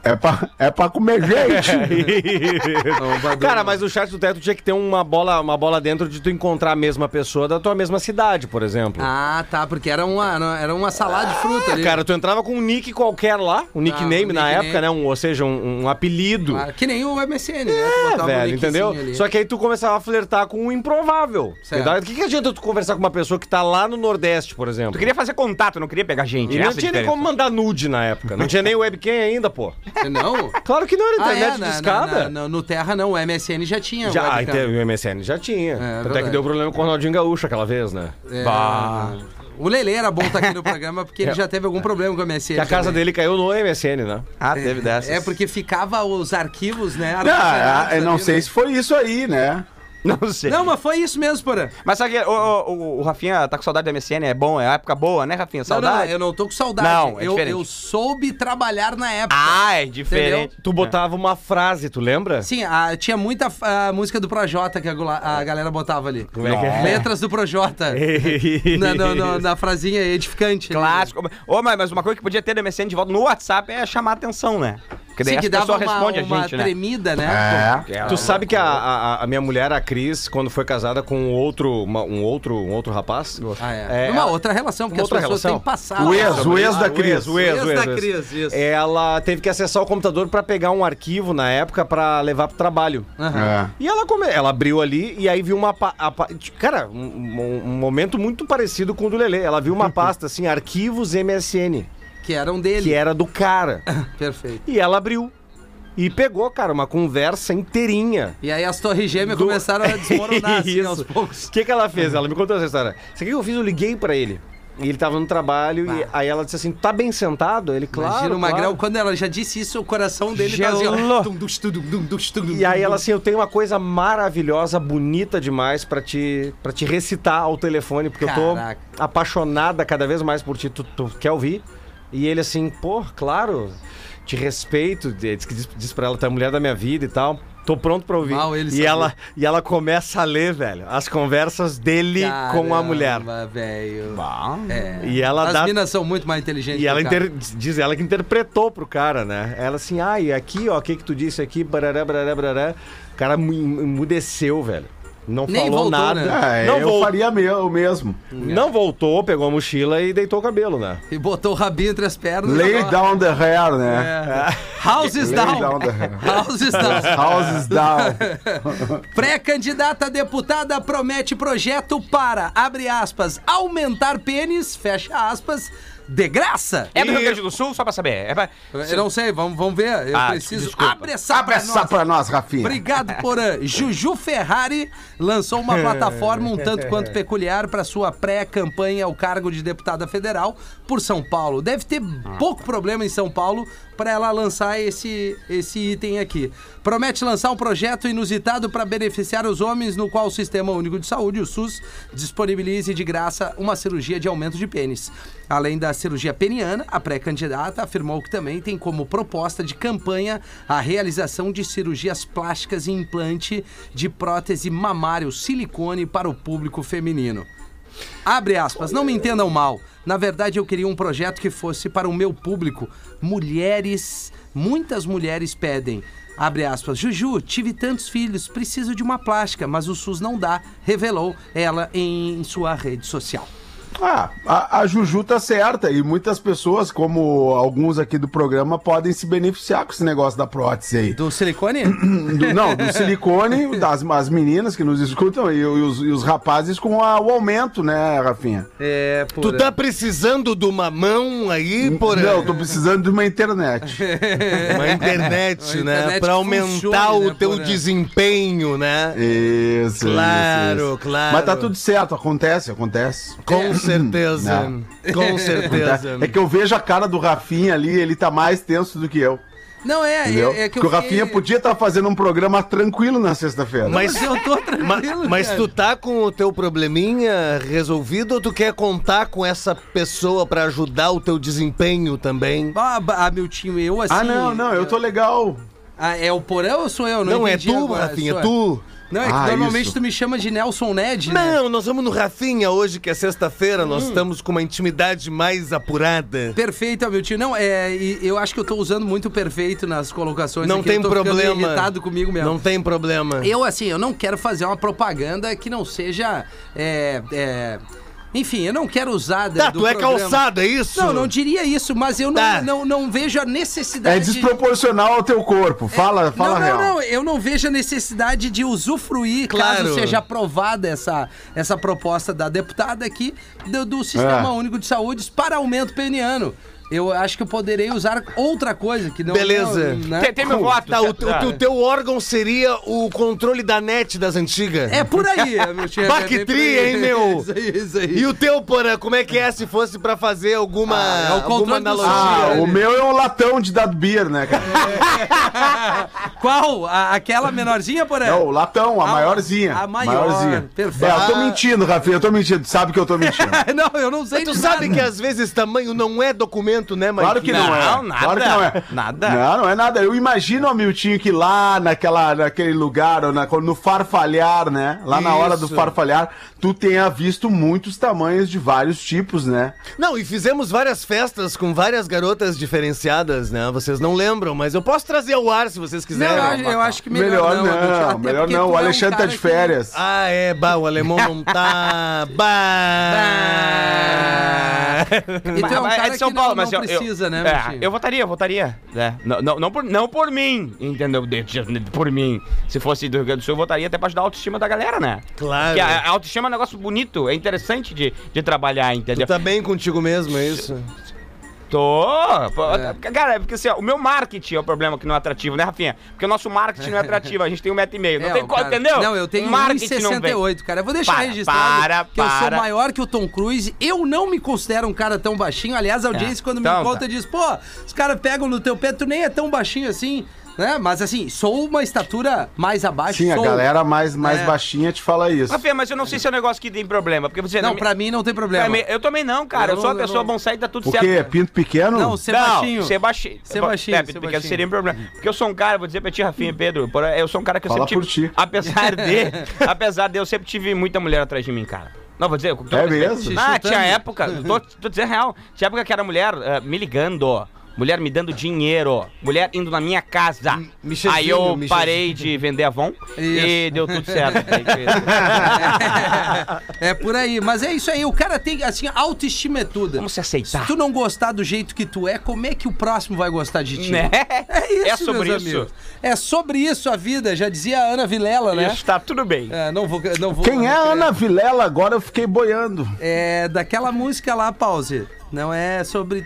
[SPEAKER 6] É pra, é pra comer gente.
[SPEAKER 5] É.
[SPEAKER 4] Não, o Badu
[SPEAKER 5] Cara,
[SPEAKER 4] não.
[SPEAKER 5] mas o chat do teto tinha que ter uma bola, uma bola dentro de tu encontrar a mesma pessoa da tua mesma cidade, por exemplo.
[SPEAKER 4] Ah, tá, porque era uma, era uma salada de fruta ali.
[SPEAKER 5] Cara, tu entrava com um nick qualquer lá, um nickname
[SPEAKER 4] um
[SPEAKER 5] na
[SPEAKER 4] nickname. Ah,
[SPEAKER 5] época, né? Um, ou seja, um, um apelido.
[SPEAKER 4] Claro, Que nem o MSN, né? Tu
[SPEAKER 5] É,
[SPEAKER 4] botava um
[SPEAKER 5] velho,
[SPEAKER 4] linkzinho
[SPEAKER 5] entendeu?
[SPEAKER 4] ali.
[SPEAKER 5] Só que aí tu começava a flertar com o improvável.
[SPEAKER 4] Certo.
[SPEAKER 5] O que, que adianta tu conversar com uma pessoa que tá lá no Nordeste, por
[SPEAKER 7] Tu
[SPEAKER 5] exemplo?
[SPEAKER 7] queria fazer contato, não queria pegar gente.
[SPEAKER 5] E não
[SPEAKER 7] essa é a
[SPEAKER 5] tinha nem
[SPEAKER 7] diferença.
[SPEAKER 5] como mandar nude na época.
[SPEAKER 7] né?
[SPEAKER 5] Não tinha nem webcam ainda, pô.
[SPEAKER 4] Não?
[SPEAKER 5] Claro que não era
[SPEAKER 4] Ah,
[SPEAKER 5] internet
[SPEAKER 4] é, na- na-
[SPEAKER 5] discada.
[SPEAKER 4] na- no Terra não, o MSN já tinha.
[SPEAKER 5] Já,
[SPEAKER 4] webcam. É,
[SPEAKER 5] ah, então, o MSN já tinha. Até
[SPEAKER 4] verdade.
[SPEAKER 5] que deu problema com o Ronaldinho Gaúcho aquela vez, né?
[SPEAKER 4] É, O Lele era bom estar aqui no programa porque ele já teve algum problema com o MSN.
[SPEAKER 5] Que a casa
[SPEAKER 4] também.
[SPEAKER 5] dele caiu no MSN, né?
[SPEAKER 7] Ah, teve dessa.
[SPEAKER 4] É porque ficava os arquivos, né?
[SPEAKER 6] Não, é,
[SPEAKER 4] armazenados
[SPEAKER 6] Ah, eu não
[SPEAKER 4] ali,
[SPEAKER 6] sei
[SPEAKER 4] né?
[SPEAKER 6] se foi isso aí, né?
[SPEAKER 7] Não sei.
[SPEAKER 4] Não, mas foi isso mesmo, Porã.
[SPEAKER 7] Mas sabe que o, o, o- o Rafinha tá com saudade da MSN, é bom, é uma época boa, né, Rafinha?
[SPEAKER 4] Não, não,
[SPEAKER 7] Saudade.
[SPEAKER 4] eu não tô com saudade.
[SPEAKER 7] Não, é
[SPEAKER 4] eu,
[SPEAKER 7] diferente.
[SPEAKER 4] eu soube trabalhar na época.
[SPEAKER 7] Ah, é diferente.
[SPEAKER 5] Tu botava uma frase, tu lembra?
[SPEAKER 4] Sim, ah, tinha muita ah, música do Projota que a, gola- a galera botava ali.
[SPEAKER 5] Como é que é?
[SPEAKER 4] Letras do Projota. na, na- na- na frasinha edificante. ali, né?
[SPEAKER 7] Clássico. Ô, mas, mas uma coisa que podia ter da MSN de volta no WhatsApp é chamar a atenção, né? Porque daí
[SPEAKER 4] Sim,
[SPEAKER 7] a
[SPEAKER 4] que
[SPEAKER 7] pessoa
[SPEAKER 4] dava
[SPEAKER 7] responde
[SPEAKER 4] uma, uma
[SPEAKER 7] a gente, né?
[SPEAKER 4] tremida, né?
[SPEAKER 7] É,
[SPEAKER 5] Tu sabe que a, a- a minha mulher, a Cris, quando foi casada com outro, uma- um outro, um outro rapaz,
[SPEAKER 4] Ah, é.
[SPEAKER 5] é,
[SPEAKER 4] Uma
[SPEAKER 5] ela-
[SPEAKER 4] outra relação, porque
[SPEAKER 5] uma
[SPEAKER 4] as
[SPEAKER 5] outra
[SPEAKER 4] pessoas
[SPEAKER 5] relação.
[SPEAKER 4] têm passado.
[SPEAKER 6] O ex, o ex
[SPEAKER 5] Ah,
[SPEAKER 6] da Cris.
[SPEAKER 5] O ex, o ex,
[SPEAKER 4] da
[SPEAKER 5] o ex.
[SPEAKER 4] Cris, isso.
[SPEAKER 5] ela teve que acessar o computador pra pegar um arquivo na época pra levar pro trabalho.
[SPEAKER 6] É.
[SPEAKER 5] E ela come... ela abriu ali e aí viu uma pa... a pa- cara, um, um- um momento muito parecido com o do Lelê. Ela viu uma pasta assim, arquivos MSN,
[SPEAKER 4] Que era um dele.
[SPEAKER 5] que é- era do cara.
[SPEAKER 4] Perfeito.
[SPEAKER 5] E ela abriu e pegou, cara, uma conversa inteirinha.
[SPEAKER 4] E aí as torres gêmeas começaram a desmoronar assim, aos
[SPEAKER 5] Isso.
[SPEAKER 4] poucos.
[SPEAKER 5] O que, que ela fez? Ela me contou essa história. Sabe o que eu fiz? Eu liguei pra ele. E ele tava no trabalho e aí ela disse assim: "Tá bem sentado?" Ele, claro.
[SPEAKER 4] Imagina o Magrão,
[SPEAKER 5] claro."
[SPEAKER 4] quando ela já disse isso, o coração dele tá assim, ó.
[SPEAKER 7] Gelou.
[SPEAKER 4] Dum, dum, dum, dum, dum, dum, dum,
[SPEAKER 5] E aí
[SPEAKER 4] dum,
[SPEAKER 5] ela
[SPEAKER 4] dum.
[SPEAKER 5] assim, eu tenho uma coisa maravilhosa, bonita demais pra te para te recitar ao telefone, porque
[SPEAKER 4] Caraca.
[SPEAKER 5] eu tô apaixonada cada vez mais por ti, tu, tu quer ouvir? E ele assim, pô, claro, te respeito, diz, que diz, diz pra ela, tu é a mulher da minha vida e tal. Tô pronto pra ouvir.
[SPEAKER 4] Mal ele
[SPEAKER 5] e
[SPEAKER 4] sabia.
[SPEAKER 5] ela e ela começa a ler, velho, as conversas dele com a mulher.
[SPEAKER 4] Caramba, velho. É.
[SPEAKER 5] E ela
[SPEAKER 4] As
[SPEAKER 5] dá
[SPEAKER 4] minas são muito mais inteligentes.
[SPEAKER 5] e ela
[SPEAKER 4] que o cara.
[SPEAKER 5] inter- diz ela que interpretou pro cara, né? Ela assim, ah, e aqui, ó, o que que tu disse aqui, barará, barará, barará. O cara mu- emudeceu, velho. Não
[SPEAKER 4] Nem
[SPEAKER 5] falou
[SPEAKER 4] voltou,
[SPEAKER 5] nada.
[SPEAKER 4] né?
[SPEAKER 6] É,
[SPEAKER 5] não,
[SPEAKER 6] eu
[SPEAKER 5] vol-
[SPEAKER 6] faria me- o mesmo.
[SPEAKER 5] não voltou, pegou a mochila e deitou o cabelo, né?
[SPEAKER 4] E botou o rabinho entre as pernas.
[SPEAKER 6] Lay
[SPEAKER 4] Agora-
[SPEAKER 6] down the hair, né?
[SPEAKER 4] É. Houses
[SPEAKER 6] Lay
[SPEAKER 4] down.
[SPEAKER 6] down the hair.
[SPEAKER 4] Houses down.
[SPEAKER 6] Houses down.
[SPEAKER 4] Pré-candidata a deputada promete projeto para, abre aspas, aumentar pênis, fecha aspas, de graça.
[SPEAKER 7] É do Rio Grande do Sul, só pra saber. É pra...
[SPEAKER 4] Eu não sei, vamos, vamos ver. Eu
[SPEAKER 7] Ah,
[SPEAKER 4] preciso.
[SPEAKER 7] desculpa.
[SPEAKER 4] Abre essa
[SPEAKER 6] Abre
[SPEAKER 4] pra
[SPEAKER 6] essa
[SPEAKER 4] nós.
[SPEAKER 6] pra nós, Rafinha.
[SPEAKER 4] Obrigado, Porã. Juju Ferrari lançou uma plataforma um tanto quanto peculiar para sua pré-campanha ao cargo de deputada federal por São Paulo. Deve ter pouco problema em São Paulo para ela lançar esse, esse item aqui. Promete lançar um projeto inusitado para beneficiar os homens, no qual o Sistema Único de Saúde, o SUS, disponibilize de graça uma cirurgia de aumento de pênis. Além da cirurgia peniana, a pré-candidata afirmou que também tem como proposta de campanha a realização de cirurgias plásticas e implante de prótese mamário silicone para o público feminino. Abre aspas, não me entendam mal. Na verdade, eu queria um projeto que fosse para o meu público. Mulheres, muitas mulheres pedem. Abre aspas, Juju, tive tantos filhos, preciso de uma plástica, mas o SUS não dá, revelou ela em sua rede social.
[SPEAKER 6] Ah, a, a Juju tá certa e muitas pessoas, como alguns aqui do programa, podem se beneficiar com esse negócio da prótese aí.
[SPEAKER 4] Do silicone?
[SPEAKER 6] Do- não, do silicone, das as meninas que nos escutam e, os, e os rapazes com a- o aumento, né, Rafinha?
[SPEAKER 4] é, por...
[SPEAKER 8] Tu tá precisando de uma mão aí, porra?
[SPEAKER 6] Não, tô precisando de uma internet.
[SPEAKER 8] Uma internet,
[SPEAKER 4] Uma
[SPEAKER 8] né?
[SPEAKER 4] É. internet
[SPEAKER 8] pra
[SPEAKER 4] que
[SPEAKER 8] aumentar
[SPEAKER 4] funcione,
[SPEAKER 8] o
[SPEAKER 4] né,
[SPEAKER 8] teu
[SPEAKER 4] Porã?
[SPEAKER 8] desempenho, né?
[SPEAKER 6] Isso,
[SPEAKER 8] Claro,
[SPEAKER 6] isso, isso.
[SPEAKER 8] claro.
[SPEAKER 6] Mas tá tudo certo, acontece, acontece.
[SPEAKER 4] É.
[SPEAKER 8] Com certeza.
[SPEAKER 6] Não.
[SPEAKER 8] Com certeza.
[SPEAKER 6] É que eu vejo a cara do Rafinha ali, ele tá mais tenso do que eu.
[SPEAKER 4] Não, é,
[SPEAKER 6] Entendeu?
[SPEAKER 4] é, é que
[SPEAKER 6] Porque o
[SPEAKER 4] eu
[SPEAKER 6] Rafinha
[SPEAKER 4] fiquei-
[SPEAKER 6] podia estar fazendo um programa tranquilo na sexta-feira.
[SPEAKER 8] Mas,
[SPEAKER 4] Eu tô
[SPEAKER 8] ma-
[SPEAKER 4] tranquilo,
[SPEAKER 8] mas
[SPEAKER 4] cara.
[SPEAKER 8] tu tá com o teu probleminha resolvido ou tu quer contar com essa pessoa pra ajudar o teu desempenho também?
[SPEAKER 4] Ah, ba- ah, meu time, eu assim...
[SPEAKER 6] Ah, não, não, eu tô legal.
[SPEAKER 4] Ah, é o Porã ou sou eu?
[SPEAKER 8] Não, é
[SPEAKER 4] entendi
[SPEAKER 8] tu,
[SPEAKER 4] agora,
[SPEAKER 8] Rafinha,
[SPEAKER 4] sou eu.
[SPEAKER 8] tu.
[SPEAKER 4] Não, é que
[SPEAKER 6] Ah,
[SPEAKER 4] normalmente
[SPEAKER 6] isso.
[SPEAKER 4] tu me chama de Nelson Ned, né?
[SPEAKER 8] Não, nós vamos no Rafinha hoje, que é sexta-feira, nós
[SPEAKER 4] Hum.
[SPEAKER 8] estamos com uma intimidade mais apurada.
[SPEAKER 4] Perfeito, Amilton. Não, é, e eu acho que eu tô usando muito perfeito nas colocações.
[SPEAKER 8] Não
[SPEAKER 4] aqui, eu
[SPEAKER 8] tem
[SPEAKER 4] tô ficando
[SPEAKER 8] problema.
[SPEAKER 4] irritado comigo mesmo.
[SPEAKER 8] Não tem problema.
[SPEAKER 4] Eu, assim, eu não quero fazer uma propaganda que não seja. é, é, enfim, eu não quero usar. da-
[SPEAKER 8] Tá, tu é
[SPEAKER 4] programa.
[SPEAKER 8] calçado, é isso?
[SPEAKER 4] Não, não diria isso, mas eu não,
[SPEAKER 8] Tá.
[SPEAKER 4] não, não vejo a necessidade.
[SPEAKER 6] É desproporcional ao teu corpo. Fala, fala
[SPEAKER 4] É,
[SPEAKER 6] real.
[SPEAKER 4] não, não, não, eu não vejo a necessidade de usufruir,
[SPEAKER 8] Claro.
[SPEAKER 4] caso seja aprovada essa, essa proposta da deputada aqui, do, do Sistema
[SPEAKER 6] É.
[SPEAKER 4] Único de Saúde para aumento peniano. Eu acho que eu poderei usar outra coisa que não.
[SPEAKER 8] Beleza.
[SPEAKER 4] não, né?
[SPEAKER 7] Tem, tem meu voto.
[SPEAKER 8] Tá, o, te- o
[SPEAKER 7] Ah.
[SPEAKER 8] teu- teu órgão seria o controle da net das antigas.
[SPEAKER 4] É por aí, meu tio.
[SPEAKER 8] Bah, que
[SPEAKER 4] é bem por
[SPEAKER 8] tri,
[SPEAKER 4] aí.
[SPEAKER 8] hein, meu?
[SPEAKER 4] Isso aí, isso aí.
[SPEAKER 8] E o teu, Porã, como é que é se fosse pra fazer alguma,
[SPEAKER 4] Ah, é o
[SPEAKER 8] alguma
[SPEAKER 4] controle do
[SPEAKER 8] analogia?
[SPEAKER 6] Ah, o meu é um latão de dado beer, né,
[SPEAKER 4] É.
[SPEAKER 6] cara?
[SPEAKER 4] Qual? A- aquela menorzinha, porém?
[SPEAKER 6] É o latão, a,
[SPEAKER 4] A-
[SPEAKER 6] maiorzinha.
[SPEAKER 4] a maior, perfeito.
[SPEAKER 6] É, eu tô mentindo, Rafinha, eu tô mentindo. Tu sabe que eu tô mentindo.
[SPEAKER 4] não, eu não sei.
[SPEAKER 8] Tu
[SPEAKER 4] de
[SPEAKER 8] sabe
[SPEAKER 4] nada.
[SPEAKER 6] é
[SPEAKER 8] que às vezes tamanho não é documento, né, Mike?
[SPEAKER 6] Claro que não, é.
[SPEAKER 7] Não, nada.
[SPEAKER 6] Claro que não é.
[SPEAKER 7] Nada.
[SPEAKER 6] Não, não é nada. Eu imagino o Miltinho que lá naquela, naquele lugar, ou na, no farfalhar, né? Lá na hora do
[SPEAKER 8] Isso.
[SPEAKER 6] farfalhar, tu tenha visto muitos tamanhos de vários tipos, né?
[SPEAKER 8] Não, e fizemos várias festas com várias garotas diferenciadas, né? Vocês não lembram, mas eu posso trazer ao ar se vocês
[SPEAKER 4] Não,
[SPEAKER 8] quiserem.
[SPEAKER 4] eu, acho- eu acho que melhor,
[SPEAKER 6] Melhor, não,
[SPEAKER 4] Amiltinho, até
[SPEAKER 6] melhor
[SPEAKER 4] porque
[SPEAKER 6] não.
[SPEAKER 4] tu
[SPEAKER 6] O
[SPEAKER 4] é um
[SPEAKER 6] Alexandre tá
[SPEAKER 4] cara
[SPEAKER 6] de
[SPEAKER 4] que-
[SPEAKER 6] férias.
[SPEAKER 8] Ah, é, bah, o alemão não tá. Bah.
[SPEAKER 4] E tu é um
[SPEAKER 7] Mas
[SPEAKER 4] cara
[SPEAKER 7] de
[SPEAKER 4] que não, não
[SPEAKER 7] eu- eu-
[SPEAKER 4] precisa, né,
[SPEAKER 7] é,
[SPEAKER 4] Miltinho?
[SPEAKER 7] eu votaria, eu votaria. né? Não, não, não, por, não por mim, entendeu? De- de- Por mim. Se fosse do Rio Grande do Sul, eu votaria até pra ajudar a autoestima da galera, né?
[SPEAKER 8] Claro.
[SPEAKER 7] Porque a, a autoestima é um negócio bonito, é interessante de, de trabalhar,
[SPEAKER 8] Tu
[SPEAKER 7] entendeu?
[SPEAKER 8] tá bem contigo mesmo, é isso?
[SPEAKER 7] Tô. pô, Cara, é porque assim, ó, o meu marketing é o problema que não é atrativo, né, Rafinha? Porque o nosso marketing não é atrativo, a gente tem um metro e meio. Não
[SPEAKER 4] É,
[SPEAKER 7] tem
[SPEAKER 4] o
[SPEAKER 7] como,
[SPEAKER 4] cara-
[SPEAKER 7] entendeu?
[SPEAKER 4] Não, eu tenho
[SPEAKER 7] O marketing não vem.
[SPEAKER 4] 1,68, cara. Eu vou deixar
[SPEAKER 7] Para,
[SPEAKER 4] registrado
[SPEAKER 7] para,
[SPEAKER 4] que eu sou
[SPEAKER 7] para.
[SPEAKER 4] maior que o Tom Cruise. Eu não me considero um cara tão baixinho. Aliás, a audiência,
[SPEAKER 7] É,
[SPEAKER 4] quando me
[SPEAKER 7] então
[SPEAKER 4] conta,
[SPEAKER 7] tá.
[SPEAKER 4] diz, pô, os caras pegam no teu pé, tu nem é tão baixinho assim, né? Mas assim, sou uma estatura mais abaixo.
[SPEAKER 6] Sim, a
[SPEAKER 4] sou.
[SPEAKER 6] galera mais, mais
[SPEAKER 4] É.
[SPEAKER 6] baixinha te fala isso.
[SPEAKER 7] Rafinha, mas eu não sei se é um negócio que tem problema, porque você
[SPEAKER 4] Não, pra mim não tem problema.
[SPEAKER 7] Pra mim- Eu também não, cara.
[SPEAKER 4] Eu
[SPEAKER 7] Eu, sou uma
[SPEAKER 4] não- eu
[SPEAKER 7] pessoa
[SPEAKER 4] não-
[SPEAKER 7] bonsai que dá tudo
[SPEAKER 6] O
[SPEAKER 7] certo.
[SPEAKER 6] quê? Pinto pequeno?
[SPEAKER 4] Não, ser
[SPEAKER 7] não,
[SPEAKER 4] baixinho.
[SPEAKER 7] Ser baixinho.
[SPEAKER 4] Ser baixinho,
[SPEAKER 7] É,
[SPEAKER 4] ser
[SPEAKER 7] porque
[SPEAKER 4] baixinho.
[SPEAKER 7] seria um problema. Porque eu sou um cara, vou dizer pra ti, Rafinha e Pedro, por- eu sou um cara que eu
[SPEAKER 6] Fala por
[SPEAKER 7] sempre tive.
[SPEAKER 6] ti.
[SPEAKER 7] Apesar de. apesar de eu sempre tive muita mulher atrás de mim, cara. Não, vou dizer. com todo
[SPEAKER 6] É
[SPEAKER 7] respeito.
[SPEAKER 6] mesmo?
[SPEAKER 7] Ah,
[SPEAKER 4] Te chutando.
[SPEAKER 7] tinha época. Tô, tô dizendo real. Tinha época que era mulher eh, me ligando. Mulher me dando dinheiro, mulher indo na minha casa.
[SPEAKER 8] Michelzinho,
[SPEAKER 7] Aí eu
[SPEAKER 8] Michelzinho.
[SPEAKER 7] parei de vender Avon e
[SPEAKER 4] Isso.
[SPEAKER 7] deu tudo certo.
[SPEAKER 4] É por aí, mas é isso aí. O cara tem, assim, autoestima é tudo.
[SPEAKER 7] Vamos se aceitar.
[SPEAKER 4] Se tu não gostar do jeito que tu é, como é que o próximo vai gostar de ti?
[SPEAKER 7] Né?
[SPEAKER 4] É isso,
[SPEAKER 7] É sobre
[SPEAKER 4] meus
[SPEAKER 7] isso.
[SPEAKER 4] amigos. É sobre isso a vida, já dizia a Ana Vilela, né?
[SPEAKER 7] Isso, tá tudo bem.
[SPEAKER 4] É, não vou, não vou.
[SPEAKER 6] Quem é a
[SPEAKER 4] não-
[SPEAKER 6] Ana Vilela? Agora eu fiquei boiando.
[SPEAKER 4] É daquela música lá, pause. Não é sobre.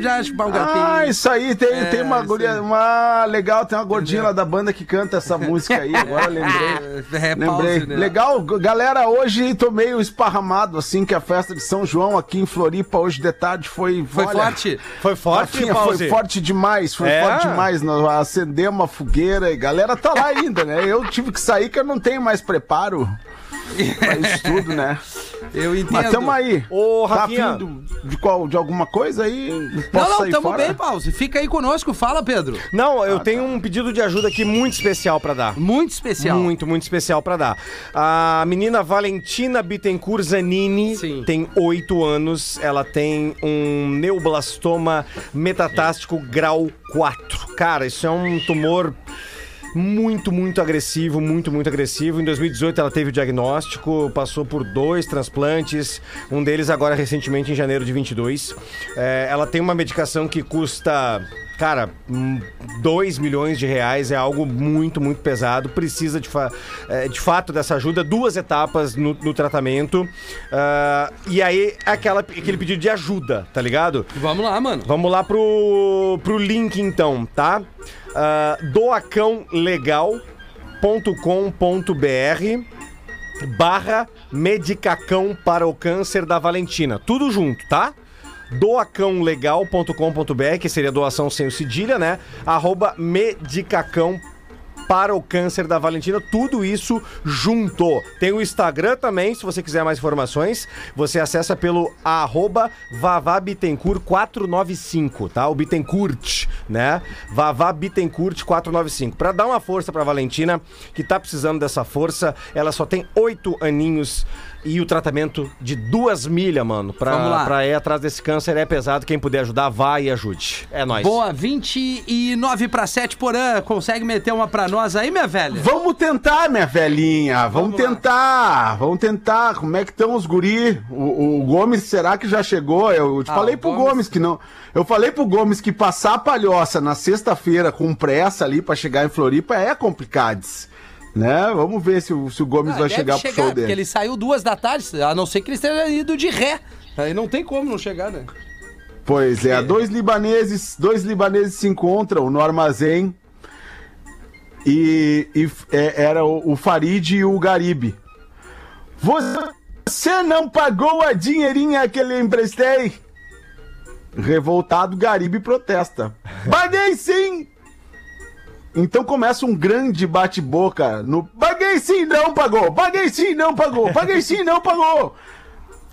[SPEAKER 4] Já chupar um gatinho.
[SPEAKER 6] Ah, isso aí, tem,
[SPEAKER 4] É,
[SPEAKER 6] tem uma
[SPEAKER 4] isso aí.
[SPEAKER 6] guria, uma legal, tem uma gordinha lá da banda que canta essa música aí, agora eu lembrei.
[SPEAKER 4] É, é
[SPEAKER 6] Lembrei.
[SPEAKER 4] pause, né?
[SPEAKER 6] Legal, g- galera, hoje tô meio esparramado, assim, que a festa de São João aqui em Floripa, hoje de tarde foi...
[SPEAKER 4] Foi
[SPEAKER 6] olha,
[SPEAKER 4] forte?
[SPEAKER 8] Foi
[SPEAKER 6] Rafinha, foi forte demais, foi
[SPEAKER 8] É.
[SPEAKER 6] forte demais. Nós acendemos uma fogueira e galera tá lá ainda, né? Eu tive que sair que eu não tenho mais preparo pra isso tudo, né?
[SPEAKER 4] Eu entendo.
[SPEAKER 6] Mas tamo aí.
[SPEAKER 5] Ô,
[SPEAKER 6] Tá
[SPEAKER 5] Rafinha.
[SPEAKER 6] afim do- de, qual, de alguma coisa aí?
[SPEAKER 4] Não,
[SPEAKER 6] Posso
[SPEAKER 4] não,
[SPEAKER 6] sair
[SPEAKER 4] tamo
[SPEAKER 6] fora?
[SPEAKER 4] bem, Pause. Fica aí conosco, fala, Pedro.
[SPEAKER 5] Não, eu tenho um pedido de ajuda aqui muito especial pra dar.
[SPEAKER 4] Muito especial.
[SPEAKER 5] Muito, muito especial pra dar. A menina Valentina Bittencourt Zanini
[SPEAKER 4] Sim.
[SPEAKER 5] tem 8 anos. Ela tem um neoblastoma metatástico grau 4. Cara, isso é um tumor muito, muito agressivo, muito, muito agressivo. Em 2018 ela teve o diagnóstico, passou por dois transplantes, um deles agora recentemente em janeiro de 22. É, ela tem uma medicação que custa, cara, 2 milhões de reais, é algo muito, muito pesado. Precisa de, fa- é, de fato dessa ajuda, duas etapas no, no tratamento. Ah, e aí, aquela, aquele pedido de ajuda, tá ligado?
[SPEAKER 4] Vamos lá, mano.
[SPEAKER 5] Vamos lá pro, pro link então, tá? Ah, doacãolegal.com.br barra medicacão para o câncer da Valentina. Tudo junto, tá? doacãolegal.com.br, que seria doação sem o cedilha, né? Arroba medicacão para o câncer da Valentina, tudo isso junto. Tem o Instagram também, se você quiser mais informações, você acessa pelo arroba vavabitencourt495, tá? O Bittencourt, né? vavabitencourt495. Pra dar uma força pra Valentina, que tá precisando dessa força, ela só tem oito aninhos e o tratamento de duas milhas, mano,
[SPEAKER 4] Vamos lá.
[SPEAKER 5] pra, pra ir atrás desse câncer é pesado. Quem puder ajudar, vai e ajude. É nóis.
[SPEAKER 4] Boa, 29 para 7 porã. Consegue meter uma pra nós aí, minha velha?
[SPEAKER 6] Vamos tentar, minha velhinha. Vamos, tentar. Vamos tentar. Como é que estão os guri? O, o Gomes, será que já chegou? Eu te
[SPEAKER 4] Ah,
[SPEAKER 6] falei
[SPEAKER 4] o
[SPEAKER 6] pro
[SPEAKER 4] Gomes-
[SPEAKER 6] Gomes. que não. Eu falei pro Gomes que passar a palhoça na sexta-feira com pressa ali pra chegar em Floripa é complicades. Né? Vamos ver se o, se o Gomes
[SPEAKER 4] Ah,
[SPEAKER 6] vai
[SPEAKER 4] deve
[SPEAKER 6] chegar, pro show
[SPEAKER 4] porque
[SPEAKER 6] dele.
[SPEAKER 4] ele saiu duas da tarde, a não ser que ele esteja ido de ré. Aí não tem como não chegar, né?
[SPEAKER 6] Pois é, dois libaneses, dois libaneses se encontram no armazém e, e f- é- era o, o Farid e o Garibe. Você não pagou a dinheirinha que lhe emprestei? Revoltado, Garibe protesta. Paguei sim! Então começa um grande bate-boca no paguei sim, não pagou, paguei sim, não pagou, paguei sim, não pagou.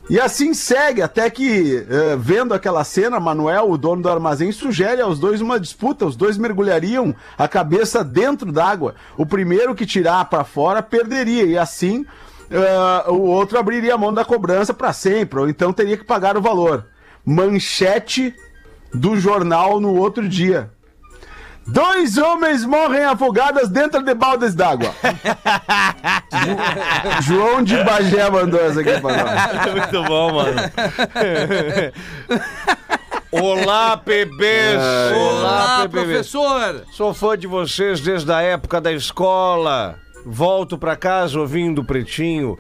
[SPEAKER 6] E assim segue, até que, eh, vendo aquela cena, Manuel, o dono do armazém, sugere aos dois uma disputa. Os dois mergulhariam a cabeça dentro d'água. O primeiro que tirar para fora perderia, e assim eh, o outro abriria a mão da cobrança para sempre, ou então teria que pagar o valor. Manchete do jornal no outro dia. Dois homens morrem afogadas dentro de baldes d'água. Ju- João de Bagé mandou essa aqui pra nós.
[SPEAKER 5] É Muito bom, mano. Olá, bebês!
[SPEAKER 4] Olá,
[SPEAKER 5] bebês.
[SPEAKER 4] professor!
[SPEAKER 5] Sou fã de vocês desde a época da escola. Volto pra casa ouvindo o Pretinho.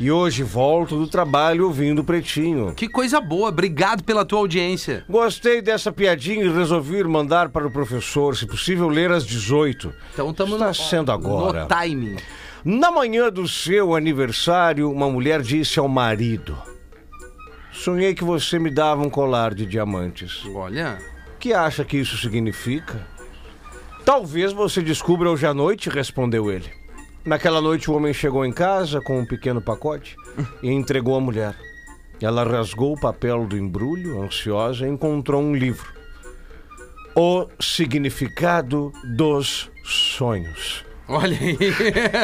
[SPEAKER 5] E hoje volto do trabalho ouvindo o Pretinho.
[SPEAKER 4] Que coisa boa, obrigado pela tua audiência.
[SPEAKER 5] Gostei dessa piadinha e resolvi mandar para o professor, se possível, ler às 18.
[SPEAKER 4] Então estamos
[SPEAKER 5] Está sendo agora.
[SPEAKER 4] no timing.
[SPEAKER 5] Na manhã do seu aniversário, uma mulher disse ao marido: Sonhei que você me dava um colar de diamantes.
[SPEAKER 4] Olha,
[SPEAKER 5] O que acha que isso significa? Talvez você descubra hoje à noite, respondeu ele. Naquela noite, o homem chegou em casa com um pequeno pacote e entregou à mulher. Ela rasgou o papel do embrulho, ansiosa, e encontrou um livro. O Significado dos Sonhos.
[SPEAKER 4] olha aí.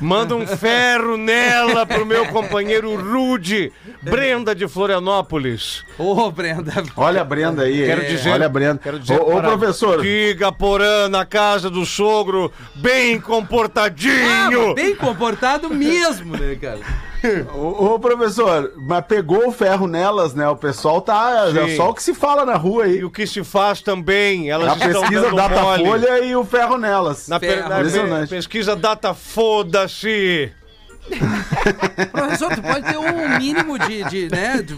[SPEAKER 5] Manda um ferro nela pro meu companheiro Rude, Brenda de Florianópolis.
[SPEAKER 4] Ô, Brenda.
[SPEAKER 6] Olha a Brenda aí.
[SPEAKER 5] Quero
[SPEAKER 6] é,
[SPEAKER 5] dizer.
[SPEAKER 6] Olha a Brenda.
[SPEAKER 5] Quero dizer
[SPEAKER 6] ô, ô,
[SPEAKER 5] para
[SPEAKER 6] professor.
[SPEAKER 5] Diga Porã na casa do sogro, bem
[SPEAKER 4] Ah,
[SPEAKER 5] comportadinho.
[SPEAKER 4] mas bem comportado mesmo, né, cara?
[SPEAKER 6] Ô, ô, professor, mas pegou o ferro nelas, né? O pessoal tá.
[SPEAKER 5] Sim.
[SPEAKER 6] É só o que se fala na rua
[SPEAKER 5] E
[SPEAKER 6] aí.
[SPEAKER 5] o que se faz também? Elas
[SPEAKER 6] A
[SPEAKER 5] estão
[SPEAKER 6] pesquisa
[SPEAKER 5] dando mole.
[SPEAKER 6] Datafolha e o ferro nelas.
[SPEAKER 5] Na, per-
[SPEAKER 4] Ferro.
[SPEAKER 5] na pe-
[SPEAKER 6] Impressionante.
[SPEAKER 5] pesquisa data foda-se.
[SPEAKER 4] Professor, tu pode ter um mínimo de, de, né, de,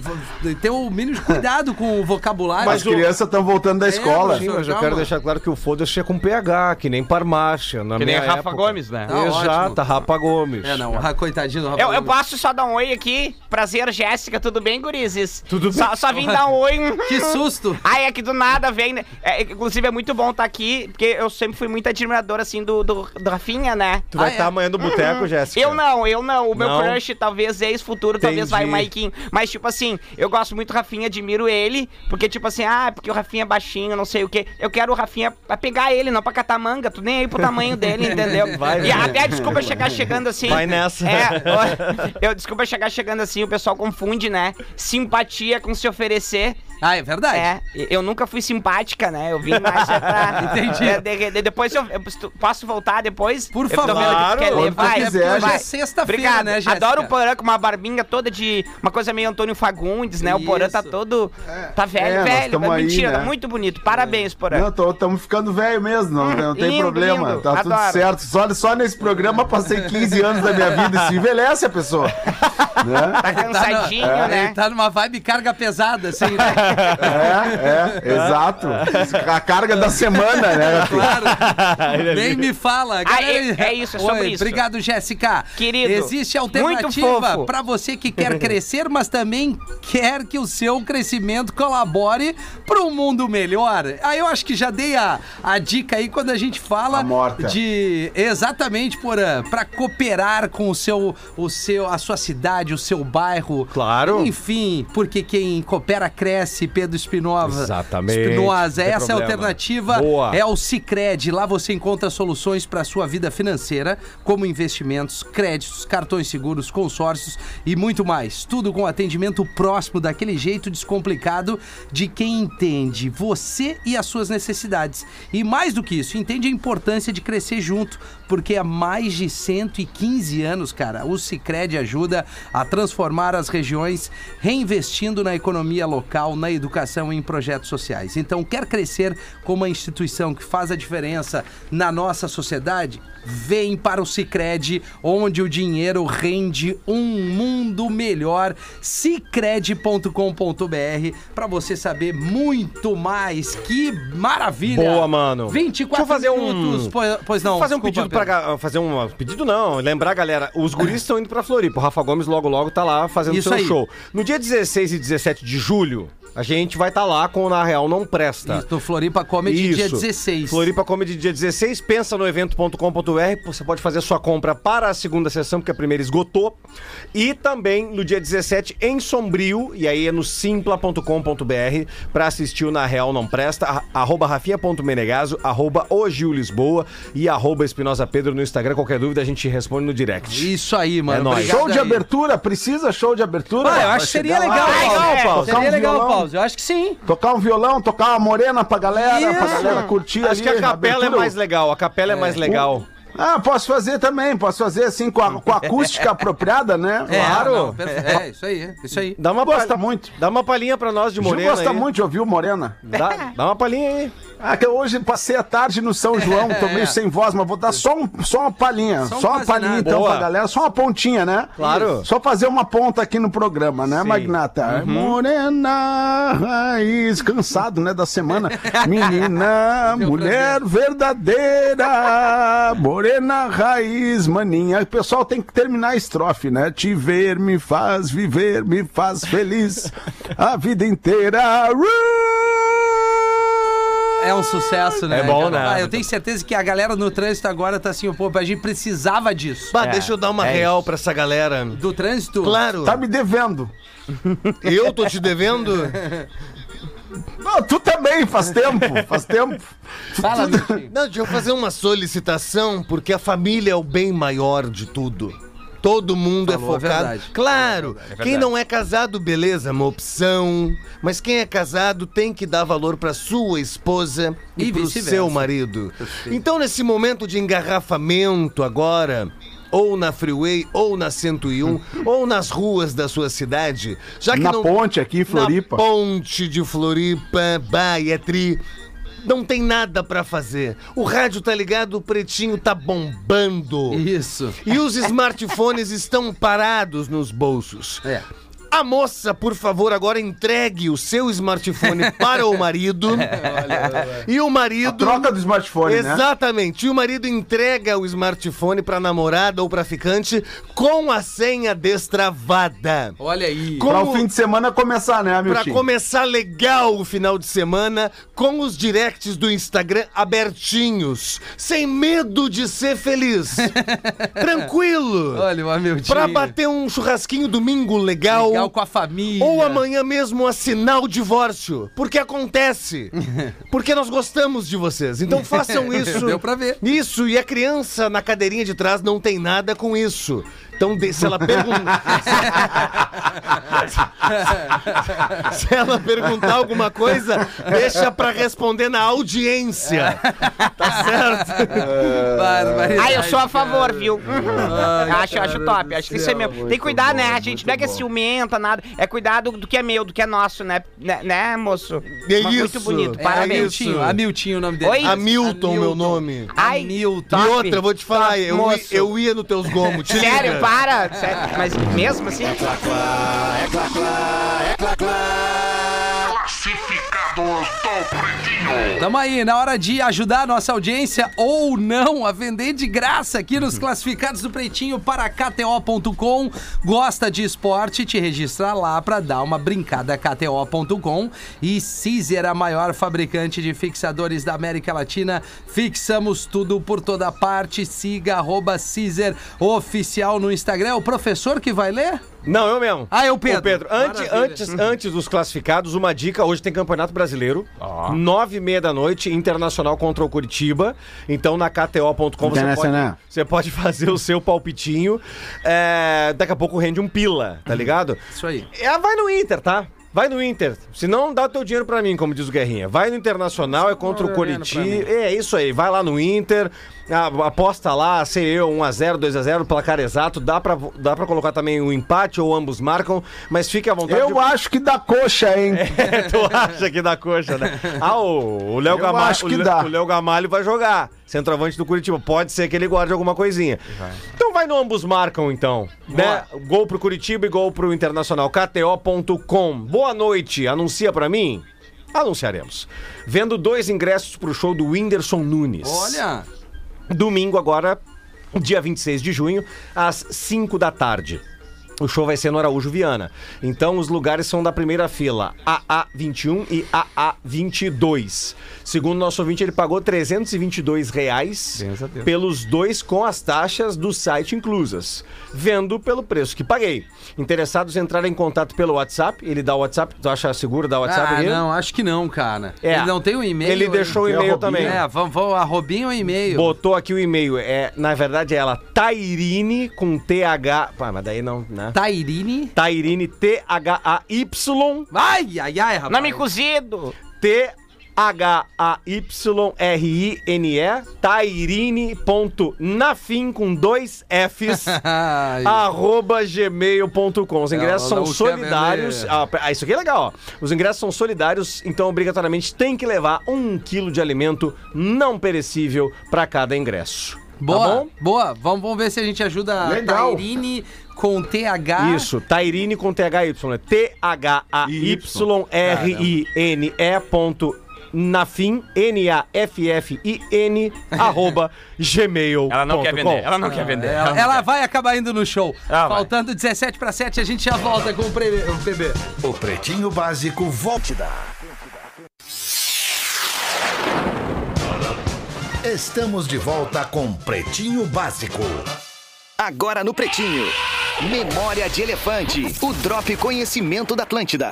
[SPEAKER 4] de ter um mínimo de cuidado com o vocabulário.
[SPEAKER 6] As crianças estão voltando da
[SPEAKER 7] É,
[SPEAKER 6] escola.
[SPEAKER 4] professor.
[SPEAKER 5] Sim, mas eu
[SPEAKER 4] Calma.
[SPEAKER 5] quero deixar claro que o foda-se é com PH, que nem parmácia. Na
[SPEAKER 7] Que nem
[SPEAKER 5] minha
[SPEAKER 7] Rafa
[SPEAKER 5] época.
[SPEAKER 7] Gomes, né?
[SPEAKER 4] Tá ótimo.
[SPEAKER 5] Exato, Rafa Gomes.
[SPEAKER 4] É, não, ah, coitadinho do
[SPEAKER 7] Eu,
[SPEAKER 4] rapaz.
[SPEAKER 7] eu passo só dar um oi aqui. Prazer, Jéssica, tudo bem, gurizes?
[SPEAKER 5] Tudo
[SPEAKER 7] Só,
[SPEAKER 5] bem.
[SPEAKER 7] só vim dar um oi.
[SPEAKER 4] Que susto!
[SPEAKER 7] Ai, é que do nada vem, né? É, inclusive, é muito bom estar aqui, porque eu sempre fui muito admirador, assim, do, do, do Rafinha, né?
[SPEAKER 5] Tu vai
[SPEAKER 4] Ah, é?
[SPEAKER 5] estar amanhã no boteco, Jéssica.
[SPEAKER 7] Eu não, eu eu não. O meu
[SPEAKER 5] Não.
[SPEAKER 7] crush talvez ex-futuro, talvez vai o
[SPEAKER 5] Entendi.
[SPEAKER 7] Maikinho. Mas, tipo assim, eu gosto muito do Rafinha, admiro ele. Porque, tipo assim, ah, porque o Rafinha é baixinho, não sei o quê. Eu quero o Rafinha pra pegar ele, não pra catar manga. Tu nem aí pro tamanho dele, entendeu?
[SPEAKER 5] Vai,
[SPEAKER 7] e
[SPEAKER 5] vai.
[SPEAKER 7] até desculpa chegar chegando assim.
[SPEAKER 5] Vai nessa.
[SPEAKER 7] É, ó, eu, desculpa chegar chegando assim, o pessoal confunde, né? Simpatia com se oferecer.
[SPEAKER 4] Ah, é verdade.
[SPEAKER 7] É, eu nunca fui simpática, né? Eu vim mais é pra.
[SPEAKER 4] Entendi.
[SPEAKER 7] é, de- de- depois eu, eu- se tu- posso voltar depois?
[SPEAKER 4] Por
[SPEAKER 7] Eu tô
[SPEAKER 4] favor.
[SPEAKER 7] vendo que tu
[SPEAKER 4] Claro,
[SPEAKER 7] quer ler.
[SPEAKER 6] quando tu
[SPEAKER 7] Vai,
[SPEAKER 6] quiser.
[SPEAKER 7] vai.
[SPEAKER 6] Hoje
[SPEAKER 4] é sexta-feira,
[SPEAKER 7] Obrigado.
[SPEAKER 4] né, Jéssica?
[SPEAKER 7] Adoro o Porã com uma barbinha toda de. Uma coisa meio Antônio Fagundes, né? O Porã tá
[SPEAKER 4] Isso.
[SPEAKER 7] todo. Tá
[SPEAKER 6] É,
[SPEAKER 7] velho,
[SPEAKER 6] nós
[SPEAKER 7] velho.
[SPEAKER 6] tamo aí,
[SPEAKER 7] Mentira,
[SPEAKER 6] né?
[SPEAKER 7] tá muito bonito. Parabéns, Porã.
[SPEAKER 6] Não, estamos ficando velho mesmo, não, não tem
[SPEAKER 7] lindo,
[SPEAKER 6] problema.
[SPEAKER 7] lindo,
[SPEAKER 6] Tá
[SPEAKER 7] adoro.
[SPEAKER 6] tudo certo. Só, só nesse programa passei 15 anos da minha vida e se envelhece a pessoa. né?
[SPEAKER 7] Tá
[SPEAKER 4] Tá na-
[SPEAKER 7] cansadinho, né?
[SPEAKER 4] Ele tá numa vibe carga pesada, assim, né?
[SPEAKER 6] É, é, exato. A carga da semana, né? Rafinha?
[SPEAKER 4] Claro. Nem me fala.
[SPEAKER 7] é- é isso, é sobre isso.
[SPEAKER 4] Obrigado, Jéssica.
[SPEAKER 7] Querido,
[SPEAKER 4] Existe
[SPEAKER 7] muito
[SPEAKER 4] alternativa
[SPEAKER 7] fofo.
[SPEAKER 4] para você que quer crescer, mas também quer que o seu crescimento colabore para um mundo melhor. Aí eu acho que já dei a, a dica aí quando a gente fala
[SPEAKER 6] A morta.
[SPEAKER 4] de exatamente Porã, para cooperar com o seu o seu a sua cidade, o seu bairro.
[SPEAKER 5] Claro.
[SPEAKER 4] Enfim, porque quem coopera cresce, Pedro Espinosa.
[SPEAKER 5] Exatamente.
[SPEAKER 4] Espinosa,
[SPEAKER 5] Não tem
[SPEAKER 4] essa é a
[SPEAKER 5] problema.
[SPEAKER 4] alternativa.
[SPEAKER 5] Boa.
[SPEAKER 4] É é o Cicred. Lá você encontra soluções para sua vida financeira, como investimentos, créditos, cartões seguros, consórcios e muito mais. Tudo com atendimento próximo, daquele jeito descomplicado de quem entende você e as suas necessidades. E mais do que isso, entende a importância de crescer junto, porque há mais de 115 anos, cara, o Cicred ajuda a transformar as regiões, reinvestindo na economia local, na educação e em projetos sociais. Então, quer crescer como uma instituição que faz a diferença na nossa sociedade? Vem para o Cicred, onde o dinheiro rende um mundo melhor. Cicred.com.br para você saber muito mais. Que maravilha!
[SPEAKER 5] Boa, mano. Deixa
[SPEAKER 4] 24
[SPEAKER 5] eu fazer um-
[SPEAKER 4] minutos. Pois, pois não.
[SPEAKER 5] Vou fazer um
[SPEAKER 4] desculpa,
[SPEAKER 5] pedido pra.
[SPEAKER 4] Pedro.
[SPEAKER 5] ga- Fazer um. Pedido não, lembrar, galera. Os guris estão indo pra Floripa. O Rafa Gomes logo logo tá lá fazendo
[SPEAKER 4] Isso
[SPEAKER 5] seu
[SPEAKER 4] aí.
[SPEAKER 5] show. No dia 16 e 17 de julho, a gente vai estar lá com o Na Real Não Presta.
[SPEAKER 4] Isso, no Floripa Comedy, dia 16.
[SPEAKER 5] Floripa Comedy dia 16. Pensa no evento.com.br. Você pode fazer sua compra para a segunda sessão, porque a primeira esgotou. E também no dia 17 em Sombrio. E aí é no simpla.com.br para assistir o Na Real Não Presta. a- Arroba rafinha.menegaso, arroba o Gil Lisboa e arroba Espinosa Pedro no Instagram. Qualquer dúvida a gente responde no direct.
[SPEAKER 4] Isso aí, mano.
[SPEAKER 5] É nóis.
[SPEAKER 4] Obrigado
[SPEAKER 6] Show de
[SPEAKER 4] aí.
[SPEAKER 6] abertura, precisa show de abertura?
[SPEAKER 4] Ah, eu
[SPEAKER 6] Vai
[SPEAKER 4] acho que seria
[SPEAKER 6] chegar lá, vai
[SPEAKER 4] legal, É,
[SPEAKER 6] tocar
[SPEAKER 7] Paulo.
[SPEAKER 6] um
[SPEAKER 4] Seria legal,
[SPEAKER 6] violão,
[SPEAKER 4] Paulo. Eu acho que sim.
[SPEAKER 6] Tocar um violão, tocar uma morena pra galera, pra
[SPEAKER 4] Isso.
[SPEAKER 6] galera curtir
[SPEAKER 5] Acho
[SPEAKER 6] ali,
[SPEAKER 5] que a capela é
[SPEAKER 6] abertura.
[SPEAKER 5] mais legal. A capela é, mais legal.
[SPEAKER 6] Ah, posso fazer também, posso fazer assim com a, com a acústica apropriada, né?
[SPEAKER 4] É,
[SPEAKER 6] claro.
[SPEAKER 4] não, perfe- é, isso aí, isso aí.
[SPEAKER 5] Dá uma
[SPEAKER 6] Gosta
[SPEAKER 5] palha-
[SPEAKER 6] muito.
[SPEAKER 5] Dá uma palhinha pra nós de
[SPEAKER 6] O Gil
[SPEAKER 5] Morena.
[SPEAKER 6] gosta
[SPEAKER 5] aí.
[SPEAKER 6] muito de ouvir o Morena.
[SPEAKER 5] Dá, dá uma palhinha aí.
[SPEAKER 6] Ah, que eu hoje passei a tarde no São João, tô meio sem voz, mas vou dar só, um, só uma palhinha.
[SPEAKER 4] É. Só um
[SPEAKER 6] Só, uma
[SPEAKER 4] quase
[SPEAKER 6] palhinha
[SPEAKER 4] nada.
[SPEAKER 6] então
[SPEAKER 5] Boa.
[SPEAKER 6] pra galera, só uma pontinha, né?
[SPEAKER 5] Claro.
[SPEAKER 6] Só fazer uma ponta aqui no programa, né,
[SPEAKER 5] Sim.
[SPEAKER 4] Uhum.
[SPEAKER 6] Magnata? Morena, raiz, cansado, né, da semana. Menina, mulher verdadeira, morena, raiz, maninha. O pessoal tem que terminar a estrofe, né? Te ver me faz viver, me faz feliz a vida inteira.
[SPEAKER 4] É um sucesso, né?
[SPEAKER 5] É bom, né?
[SPEAKER 4] Ah, eu tenho certeza que a galera no trânsito agora tá assim, pô, a gente precisava disso.
[SPEAKER 8] Bah, deixa eu dar uma real pra essa galera.
[SPEAKER 4] Do trânsito?
[SPEAKER 8] Claro,
[SPEAKER 6] Tá me devendo.
[SPEAKER 8] eu tô te devendo.
[SPEAKER 6] Não, tu também, faz tempo, faz tempo.
[SPEAKER 4] Fala, Vitinho.
[SPEAKER 8] Não, deixa eu fazer uma solicitação, porque a família é o bem maior de tudo. Todo mundo
[SPEAKER 4] Falou a
[SPEAKER 8] é focado.
[SPEAKER 4] verdade.
[SPEAKER 8] Claro, quem não é casado, beleza, é uma opção. Mas quem é casado tem que dar valor pra sua esposa e,
[SPEAKER 4] E
[SPEAKER 8] pro
[SPEAKER 4] vice-versa.
[SPEAKER 8] seu marido. Então, nesse momento de engarrafamento agora, ou na freeway, ou na 101, ou nas ruas da sua cidade, já que
[SPEAKER 6] Na
[SPEAKER 8] não
[SPEAKER 6] ponte aqui em Floripa.
[SPEAKER 8] na ponte de Floripa, Baia Tri. Não tem nada pra fazer. O rádio tá ligado, o pretinho tá bombando.
[SPEAKER 4] Isso.
[SPEAKER 8] E os smartphones estão parados nos bolsos.
[SPEAKER 4] É.
[SPEAKER 8] A moça, por favor, agora entregue o seu smartphone para o marido. e o
[SPEAKER 6] A
[SPEAKER 8] marido.
[SPEAKER 6] troca do smartphone, né?
[SPEAKER 8] Exatamente. E o marido entrega o smartphone para namorada ou para ficante com a senha destravada.
[SPEAKER 4] Olha aí.
[SPEAKER 8] Com-
[SPEAKER 6] Pra
[SPEAKER 8] Como-
[SPEAKER 6] o fim de semana começar, né,
[SPEAKER 8] Pra
[SPEAKER 6] Hamilton?
[SPEAKER 8] começar legal o final de semana com os directs do Instagram abertinhos, sem medo de ser feliz. Tranquilo.
[SPEAKER 4] Olha o Hamilton.
[SPEAKER 8] Pra bater um churrasquinho domingo legal.
[SPEAKER 4] Legal com a família.
[SPEAKER 8] Ou amanhã mesmo assinar o divórcio. Porque acontece. Porque nós gostamos de vocês. Então façam isso.
[SPEAKER 4] Deu pra ver.
[SPEAKER 8] Isso, e a criança na cadeirinha de trás não tem nada com isso. Então, de- se ela perguntar. se ela perguntar alguma coisa, deixa pra responder na audiência. Tá certo?
[SPEAKER 4] Barbaridade.
[SPEAKER 7] Ah, eu sou a favor, viu? acho,
[SPEAKER 4] cara
[SPEAKER 7] acho
[SPEAKER 4] do
[SPEAKER 7] top. Acho que isso é
[SPEAKER 4] céu,
[SPEAKER 7] meu. Tem que cuidar, né, gente? Não é que é ciumenta, nada. É cuidado do que é meu, do que é nosso, né? Né, né, moço?
[SPEAKER 8] É
[SPEAKER 7] Mas Muito
[SPEAKER 8] isso.
[SPEAKER 7] bonito,
[SPEAKER 8] É
[SPEAKER 7] parabéns.
[SPEAKER 8] isso.
[SPEAKER 4] Hamilton, Hamilton é o nome dele.
[SPEAKER 7] Oi?
[SPEAKER 8] Hamilton, meu nome.
[SPEAKER 7] Ai,
[SPEAKER 4] Hamilton.
[SPEAKER 8] E
[SPEAKER 7] Top,
[SPEAKER 8] outra, eu vou te falar,
[SPEAKER 7] top,
[SPEAKER 8] eu,
[SPEAKER 7] moço.
[SPEAKER 8] eu ia no teus gomos. te
[SPEAKER 7] Sério,
[SPEAKER 8] liga.
[SPEAKER 7] para! Sério. Mas mesmo assim.
[SPEAKER 4] Tamo aí, na hora de ajudar a nossa audiência ou não a vender de graça aqui nos classificados do Pretinho para KTO.com. Gosta de esporte? Te registra lá para dar uma brincada KTO.com. E Cizer, a maior fabricante de fixadores da América Latina, fixamos tudo por toda parte. Siga arroba Cizer Oficial no Instagram. É o professor que vai ler?
[SPEAKER 5] Não, eu mesmo.
[SPEAKER 4] Ah, é o Pedro.
[SPEAKER 5] Ô, Pedro, antes,
[SPEAKER 4] Maravilha.
[SPEAKER 5] antes, antes dos classificados, uma dica. Hoje tem Campeonato Brasileiro. Nove e meia da noite, Internacional contra o Curitiba. Então na KTO.com você pode,
[SPEAKER 6] Internacional.
[SPEAKER 5] você pode fazer o seu palpitinho. É, daqui a pouco rende um pila, tá ligado?
[SPEAKER 4] Isso aí.
[SPEAKER 5] É, vai no Inter, tá? Vai no Inter. Se não, dá o teu dinheiro pra mim, como diz o Guerrinha. Vai no Internacional, é contra o Coritiba. É isso aí, vai lá no Inter, a- aposta lá, sei eu, 1x0, 2x0, placar exato. Dá pra, dá pra colocar também um empate ou ambos marcam, mas fique à vontade.
[SPEAKER 6] Eu acho que dá coxa, hein?
[SPEAKER 5] É, tu acha que dá coxa, né? Ah, o, o Léo
[SPEAKER 6] Eu
[SPEAKER 5] Gamalho.
[SPEAKER 6] acho que
[SPEAKER 5] o Lé-
[SPEAKER 6] dá.
[SPEAKER 5] o Léo Gamalho vai jogar. Centroavante do Curitiba. Pode ser que ele guarde alguma coisinha. Então vai no ambos marcam, então. Né? Gol pro Curitiba e gol pro Internacional. KTO.com. Boa noite. Anuncia pra mim? Anunciaremos. Vendo dois ingressos pro show do Whindersson Nunes.
[SPEAKER 4] Olha.
[SPEAKER 5] Domingo agora, dia 26 de junho, às 5 da tarde. O show vai ser no Araújo Viana. Então os lugares são da primeira fila, AA21 e AA22. Segundo nosso ouvinte, ele pagou R$ 322 reais pelos dois com as taxas do site inclusas, vendo pelo preço que paguei. Interessados entrarem em contato pelo WhatsApp, ele dá o WhatsApp, tu acha seguro dar o WhatsApp
[SPEAKER 4] Ah,
[SPEAKER 5] ali?
[SPEAKER 4] não, acho que não, cara.
[SPEAKER 5] É.
[SPEAKER 4] Ele não tem o e-mail.
[SPEAKER 5] Ele
[SPEAKER 4] hein?
[SPEAKER 5] deixou o
[SPEAKER 6] Tem a
[SPEAKER 5] e-mail
[SPEAKER 6] roupinha.
[SPEAKER 5] também.
[SPEAKER 4] É, vamos, vamos arrobinho ou e-mail?
[SPEAKER 5] Botou aqui o e-mail. É, na verdade, é ela Tairine com TH. Pá, mas daí não, né?
[SPEAKER 4] Tairine.
[SPEAKER 5] Tairine T-H-A-Y
[SPEAKER 4] Ai, ai, ai, rapaz.
[SPEAKER 7] Nome cozido!
[SPEAKER 5] T-H-A-Y-R-I-N-E Tairine.nafim com dois F's
[SPEAKER 4] Ai.
[SPEAKER 5] Ah, tá arroba gmail.com. Os ingressos
[SPEAKER 4] Ela um
[SPEAKER 5] são
[SPEAKER 4] não quer
[SPEAKER 5] solidários.
[SPEAKER 4] vender.
[SPEAKER 5] Ah, pe- ah, isso aqui é legal, ó. Os ingressos são solidários, então obrigatoriamente tem que levar um quilo de alimento não perecível para cada ingresso.
[SPEAKER 4] Boa,
[SPEAKER 5] Tá bom?
[SPEAKER 4] boa. Vamos, vamos ver se a gente ajuda
[SPEAKER 6] Legal.
[SPEAKER 4] a Tairine com TH.
[SPEAKER 5] Isso, Tairine com THY. é T-H-A-Y-R-I-N-E ponto nafim, N-A-F-F-I-N, arroba gmail.
[SPEAKER 7] Ela não quer vender, ela não quer vender.
[SPEAKER 4] Ela, ela vai acabar indo no show.
[SPEAKER 5] Ah,
[SPEAKER 7] Ela vai.
[SPEAKER 4] Faltando 17 para 7, a gente já volta com o pre- o PB.
[SPEAKER 2] O Pretinho Básico volte da. Estamos de volta com Pretinho Básico.
[SPEAKER 9] Agora no Pretinho. Memória de Elefante. O Drop Conhecimento da Atlântida.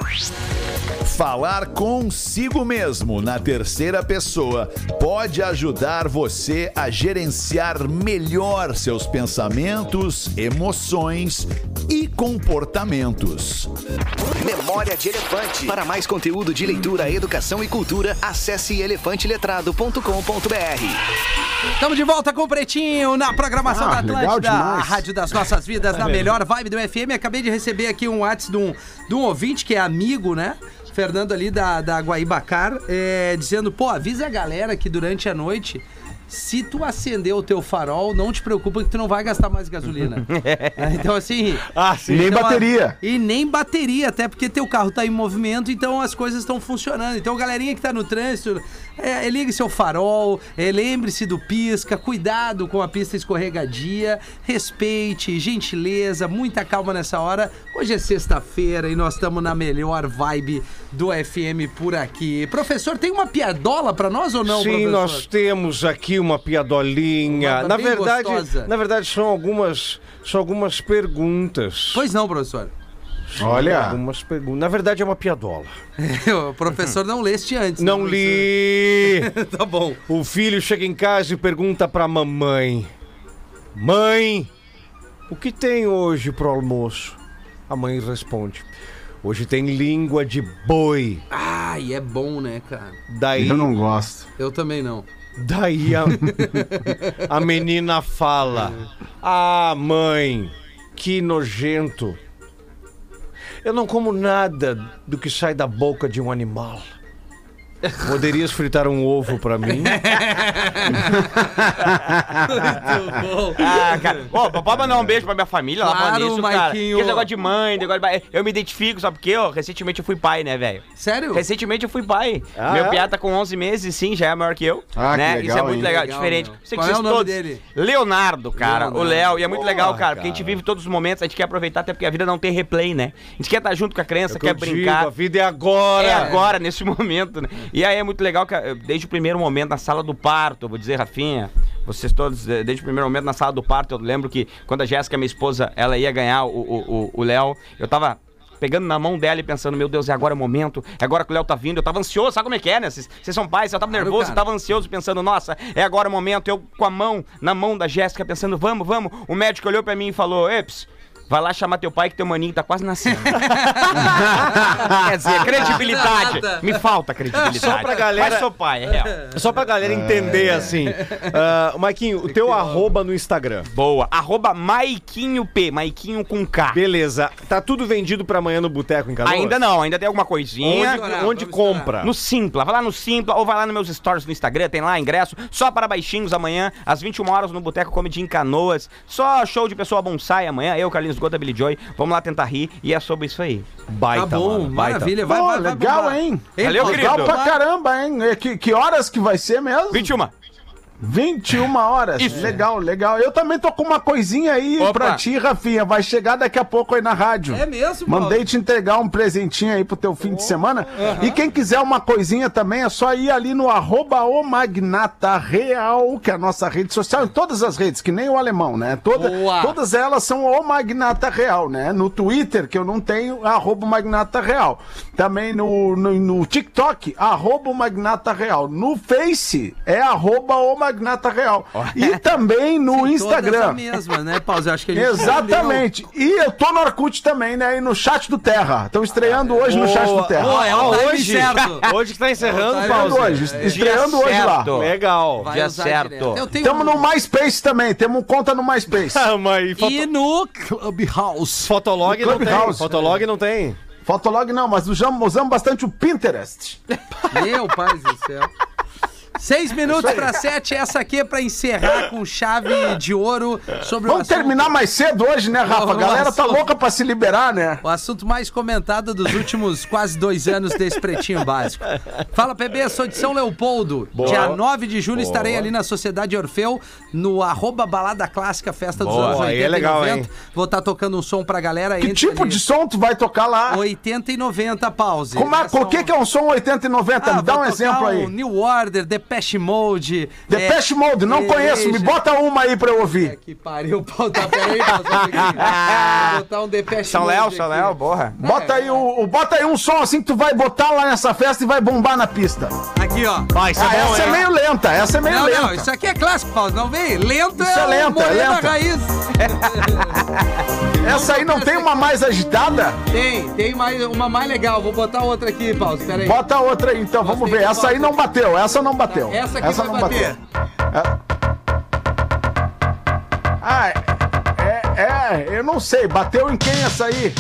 [SPEAKER 2] Falar consigo mesmo na terceira pessoa pode ajudar você a gerenciar melhor seus pensamentos, emoções e comportamentos.
[SPEAKER 9] Memória de Elefante. Para mais conteúdo de leitura, educação e cultura, acesse elefanteletrado.com.br.
[SPEAKER 4] Estamos de volta com o Pretinho na programação
[SPEAKER 6] Ah,
[SPEAKER 4] da
[SPEAKER 6] legal
[SPEAKER 4] Atlântida,
[SPEAKER 6] demais.
[SPEAKER 4] a rádio das nossas vidas,
[SPEAKER 5] Tá
[SPEAKER 4] na melhor vibe do FM. Acabei de receber aqui um WhatsApp de um, de um ouvinte que é amigo, né? Fernando ali da, da Guaibacar, é, dizendo, pô, avisa a galera que durante a noite se tu acender o teu farol, não te preocupa que tu não vai gastar mais gasolina. É, então, assim.
[SPEAKER 5] Ah, sim.
[SPEAKER 6] Nem
[SPEAKER 4] então, a-
[SPEAKER 6] bateria.
[SPEAKER 4] E nem bateria, até porque teu carro tá em movimento, então as coisas estão funcionando. Então, galerinha que tá no trânsito, é, é, ligue seu farol, é, lembre-se do pisca, cuidado com a pista escorregadia, respeite, gentileza, muita calma nessa hora. Hoje é sexta-feira e nós estamos na melhor vibe do FM por aqui. Professor, tem uma piadola pra nós ou não,
[SPEAKER 5] Sim,
[SPEAKER 4] professor?
[SPEAKER 5] nós temos aqui uma piadolinha.
[SPEAKER 4] Uma
[SPEAKER 5] na
[SPEAKER 4] bem
[SPEAKER 5] verdade,
[SPEAKER 4] gostosa.
[SPEAKER 5] na verdade são algumas, são algumas perguntas.
[SPEAKER 4] Pois não, professor.
[SPEAKER 6] Olha.
[SPEAKER 5] Algumas perguntas. Na verdade é uma piadola.
[SPEAKER 4] o professor não leste antes. né,
[SPEAKER 5] Não li.
[SPEAKER 4] professor? tá bom.
[SPEAKER 5] O filho chega em casa e pergunta pra mamãe: Mãe, o que tem hoje pro almoço? A mãe responde: Hoje tem língua de boi.
[SPEAKER 4] Ai, é bom, né, cara?
[SPEAKER 5] Daí,
[SPEAKER 6] Eu não gosto.
[SPEAKER 4] Eu também não.
[SPEAKER 5] daí a, a menina fala: Ah, mãe, que nojento. Eu não como nada do que sai da boca de um animal. Poderias fritar um ovo pra mim?
[SPEAKER 7] Ah, cara. Ó, pode mandar um beijo pra minha família lá
[SPEAKER 4] Claro,
[SPEAKER 7] falando isso, cara.
[SPEAKER 4] Maiquinho.
[SPEAKER 7] Que Esse negócio de mãe, negócio de... pai. Eu me identifico, sabe por quê? Ó, recentemente eu fui pai, né, velho?
[SPEAKER 4] Sério?
[SPEAKER 7] Recentemente eu fui pai.
[SPEAKER 5] Ah,
[SPEAKER 7] meu
[SPEAKER 5] é?
[SPEAKER 7] piá tá com 11 meses, sim, já é maior que eu.
[SPEAKER 6] Ah, que
[SPEAKER 7] né?
[SPEAKER 6] legal,
[SPEAKER 7] Isso é muito
[SPEAKER 6] hein?
[SPEAKER 7] legal,
[SPEAKER 4] Legal,
[SPEAKER 7] diferente.
[SPEAKER 4] meu.
[SPEAKER 7] Sei que
[SPEAKER 4] Qual é
[SPEAKER 7] vocês
[SPEAKER 4] o nome
[SPEAKER 7] todos-
[SPEAKER 4] dele?
[SPEAKER 7] Leonardo, cara.
[SPEAKER 4] Leonardo.
[SPEAKER 7] O Léo. E é muito
[SPEAKER 5] Porra,
[SPEAKER 7] legal, cara, porque a
[SPEAKER 5] cara.
[SPEAKER 7] gente vive todos os momentos, a gente quer aproveitar, até porque a vida não tem replay, né? A gente quer estar junto com a criança,
[SPEAKER 5] É o que
[SPEAKER 7] quer
[SPEAKER 5] eu
[SPEAKER 7] brincar.
[SPEAKER 5] digo, a vida é agora.
[SPEAKER 7] É agora, nesse momento, né? E aí é muito legal que eh, desde o primeiro momento na sala do parto, eu vou dizer, Rafinha, vocês todos, eh, desde o primeiro momento na sala do parto, eu lembro que quando a Jéssica, minha esposa, ela ia ganhar o- o o- o Léo, eu tava. Pegando na mão dela e pensando, meu Deus, é agora o momento, é agora que o Léo tá vindo. Eu tava ansioso, sabe como é que é, né? Vocês vocês são pais, eu tava
[SPEAKER 4] Claro,
[SPEAKER 7] nervoso, eu
[SPEAKER 4] cara.
[SPEAKER 7] tava ansioso, pensando, nossa, é agora o momento. Eu com a mão na mão da Jéssica, pensando, vamos, vamos. O médico olhou pra mim e falou, Eps, vai lá chamar teu pai que teu maninho tá quase nascendo. Quer dizer, credibilidade.
[SPEAKER 4] Nada.
[SPEAKER 7] Me falta credibilidade.
[SPEAKER 5] Só pra galera-
[SPEAKER 7] Mas sou pai, é real.
[SPEAKER 5] Só pra galera entender, assim. Ah, Maiquinho, o teu arroba no Instagram.
[SPEAKER 7] Boa. Arroba Maiquinho P. Maiquinho com K.
[SPEAKER 5] Beleza. Tá tudo vendido pra amanhã no Boteco em Canoas?
[SPEAKER 7] Ainda não, ainda tem alguma coisinha.
[SPEAKER 5] Onde, é?
[SPEAKER 4] Vamos estourar,
[SPEAKER 5] onde
[SPEAKER 4] vamos
[SPEAKER 5] compra?
[SPEAKER 7] No Simpla, vai lá no Simpla ou vai lá nos meus stories no Instagram, tem lá ingresso, só para baixinhos amanhã, às 21 horas no Boteco Comedy em Canoas. Só show de pessoa bonsai amanhã, eu, Carlinhos Gota, Billy Joy, vamos lá tentar rir e é sobre isso aí.
[SPEAKER 5] Baita,
[SPEAKER 4] Tá bom,
[SPEAKER 5] mano, baita.
[SPEAKER 4] maravilha. Vai,
[SPEAKER 6] Pô,
[SPEAKER 4] vai, vai,
[SPEAKER 6] legal,
[SPEAKER 4] bombar.
[SPEAKER 6] hein?
[SPEAKER 7] Valeu,
[SPEAKER 4] pô,
[SPEAKER 7] querido.
[SPEAKER 6] Legal
[SPEAKER 4] dá
[SPEAKER 6] pra caramba, hein? É Que, que horas que vai ser mesmo?
[SPEAKER 7] 21.
[SPEAKER 6] 21 horas. Legal, legal. Eu também tô com uma coisinha aí
[SPEAKER 7] Opa.
[SPEAKER 6] pra ti, Rafinha. Vai chegar daqui a pouco aí na rádio.
[SPEAKER 4] É mesmo, Paulo?
[SPEAKER 6] Mandei te entregar um presentinho aí pro teu fim
[SPEAKER 4] Oh,
[SPEAKER 6] de semana. E quem quiser uma coisinha também, é só ir ali no arroba o Magnata Real, que é a nossa rede social, em todas as redes, que nem o alemão, né? Toda,
[SPEAKER 4] Boa.
[SPEAKER 6] todas elas são o Magnata Real, né? No Twitter, que eu não tenho, arroba o Magnata Real. Também no, no, no TikTok, arroba o Magnata Real. No Face, é arroba o Magnata Real. E também no
[SPEAKER 4] Todas a
[SPEAKER 6] Instagram.
[SPEAKER 4] mesma, né, Paulo? Eu acho que a gente
[SPEAKER 6] Exatamente.
[SPEAKER 4] um
[SPEAKER 6] E eu tô no Orkut também, né? E no chat do Terra. Estão estreando hoje no chat do Terra.
[SPEAKER 4] Boa, é o time
[SPEAKER 5] hoje.
[SPEAKER 4] certo.
[SPEAKER 5] Hoje que tá
[SPEAKER 4] É o
[SPEAKER 5] encerrando,
[SPEAKER 4] time
[SPEAKER 5] Paulo.
[SPEAKER 6] Estreando hoje, estreando hoje lá.
[SPEAKER 7] certo.
[SPEAKER 5] Legal.
[SPEAKER 4] Vai
[SPEAKER 7] Dia
[SPEAKER 4] usar
[SPEAKER 7] certo.
[SPEAKER 4] direto. Eu tenho
[SPEAKER 6] Tamo
[SPEAKER 4] um-
[SPEAKER 6] no MySpace também, temos um conta no MySpace.
[SPEAKER 5] Calma aí. Ah, Foto...
[SPEAKER 4] E no Clubhouse.
[SPEAKER 5] Fotolog
[SPEAKER 6] No
[SPEAKER 5] não tem.
[SPEAKER 6] Clubhouse.
[SPEAKER 5] Fotolog não tem.
[SPEAKER 6] Fotolog não, mas usamos, usamos bastante o Pinterest.
[SPEAKER 4] Meu pai do céu. Seis minutos para sete, essa aqui é pra encerrar com chave de ouro sobre
[SPEAKER 6] Vamos
[SPEAKER 4] o assunto-
[SPEAKER 6] terminar mais cedo hoje, né, Rafa? A
[SPEAKER 4] Vamos
[SPEAKER 6] galera tá
[SPEAKER 4] assunto.
[SPEAKER 6] louca pra se liberar, né?
[SPEAKER 4] O assunto mais comentado dos últimos quase dois anos desse pretinho básico. Fala, PB, sou de São Leopoldo. Dia 9 de julho estarei ali na Sociedade Orfeu, no arroba Balada Clássica Festa dos
[SPEAKER 5] Boa,
[SPEAKER 4] Anos 80
[SPEAKER 5] aí é legal,
[SPEAKER 4] e 90.
[SPEAKER 5] hein?
[SPEAKER 4] Vou estar tocando um som pra galera.
[SPEAKER 6] Que
[SPEAKER 4] entre
[SPEAKER 6] tipo
[SPEAKER 4] ali.
[SPEAKER 6] de som tu vai tocar lá?
[SPEAKER 4] 80 e 90, pause.
[SPEAKER 6] Como é,
[SPEAKER 4] Essa
[SPEAKER 6] o que, que é um som 80 e 90?
[SPEAKER 4] Ah,
[SPEAKER 6] Me dá
[SPEAKER 4] vou
[SPEAKER 6] um
[SPEAKER 4] tocar
[SPEAKER 6] exemplo
[SPEAKER 4] o
[SPEAKER 6] aí.
[SPEAKER 4] New Order, Depeche Mode.
[SPEAKER 6] Depeche Mode,
[SPEAKER 4] É,
[SPEAKER 6] não conheço, me
[SPEAKER 4] Igreja.
[SPEAKER 6] bota uma aí pra eu
[SPEAKER 4] É
[SPEAKER 6] ouvir.
[SPEAKER 4] que pariu, pau tá peraí, Paulo, só um pouquinho. Vou botar um Depeche
[SPEAKER 7] São
[SPEAKER 4] Mode
[SPEAKER 7] Léo,
[SPEAKER 4] aqui.
[SPEAKER 7] São Léo, borra.
[SPEAKER 6] Bota aí, o, o- bota aí um som assim que tu vai botar lá nessa festa e vai bombar na pista.
[SPEAKER 4] Aqui, ó.
[SPEAKER 5] Vai, isso
[SPEAKER 6] Ah, essa é meio lenta, essa é meio
[SPEAKER 4] Não,
[SPEAKER 6] lenta.
[SPEAKER 4] não, isso aqui é clássico, Paulo, não vem? Lento
[SPEAKER 6] Isso é
[SPEAKER 4] o
[SPEAKER 6] lento, é
[SPEAKER 4] Morena
[SPEAKER 6] lento.
[SPEAKER 4] Raiz.
[SPEAKER 6] Essa aí não tem uma mais agitada?
[SPEAKER 4] Tem, tem mais, uma mais legal. Vou botar outra aqui, Paulo, espera aí.
[SPEAKER 6] Bota outra aí então, vamos ver. Essa aí não bateu, essa não bateu.
[SPEAKER 4] Essa aqui vai bater.
[SPEAKER 6] é, Ah, é, é, eu não sei, bateu em quem essa aí?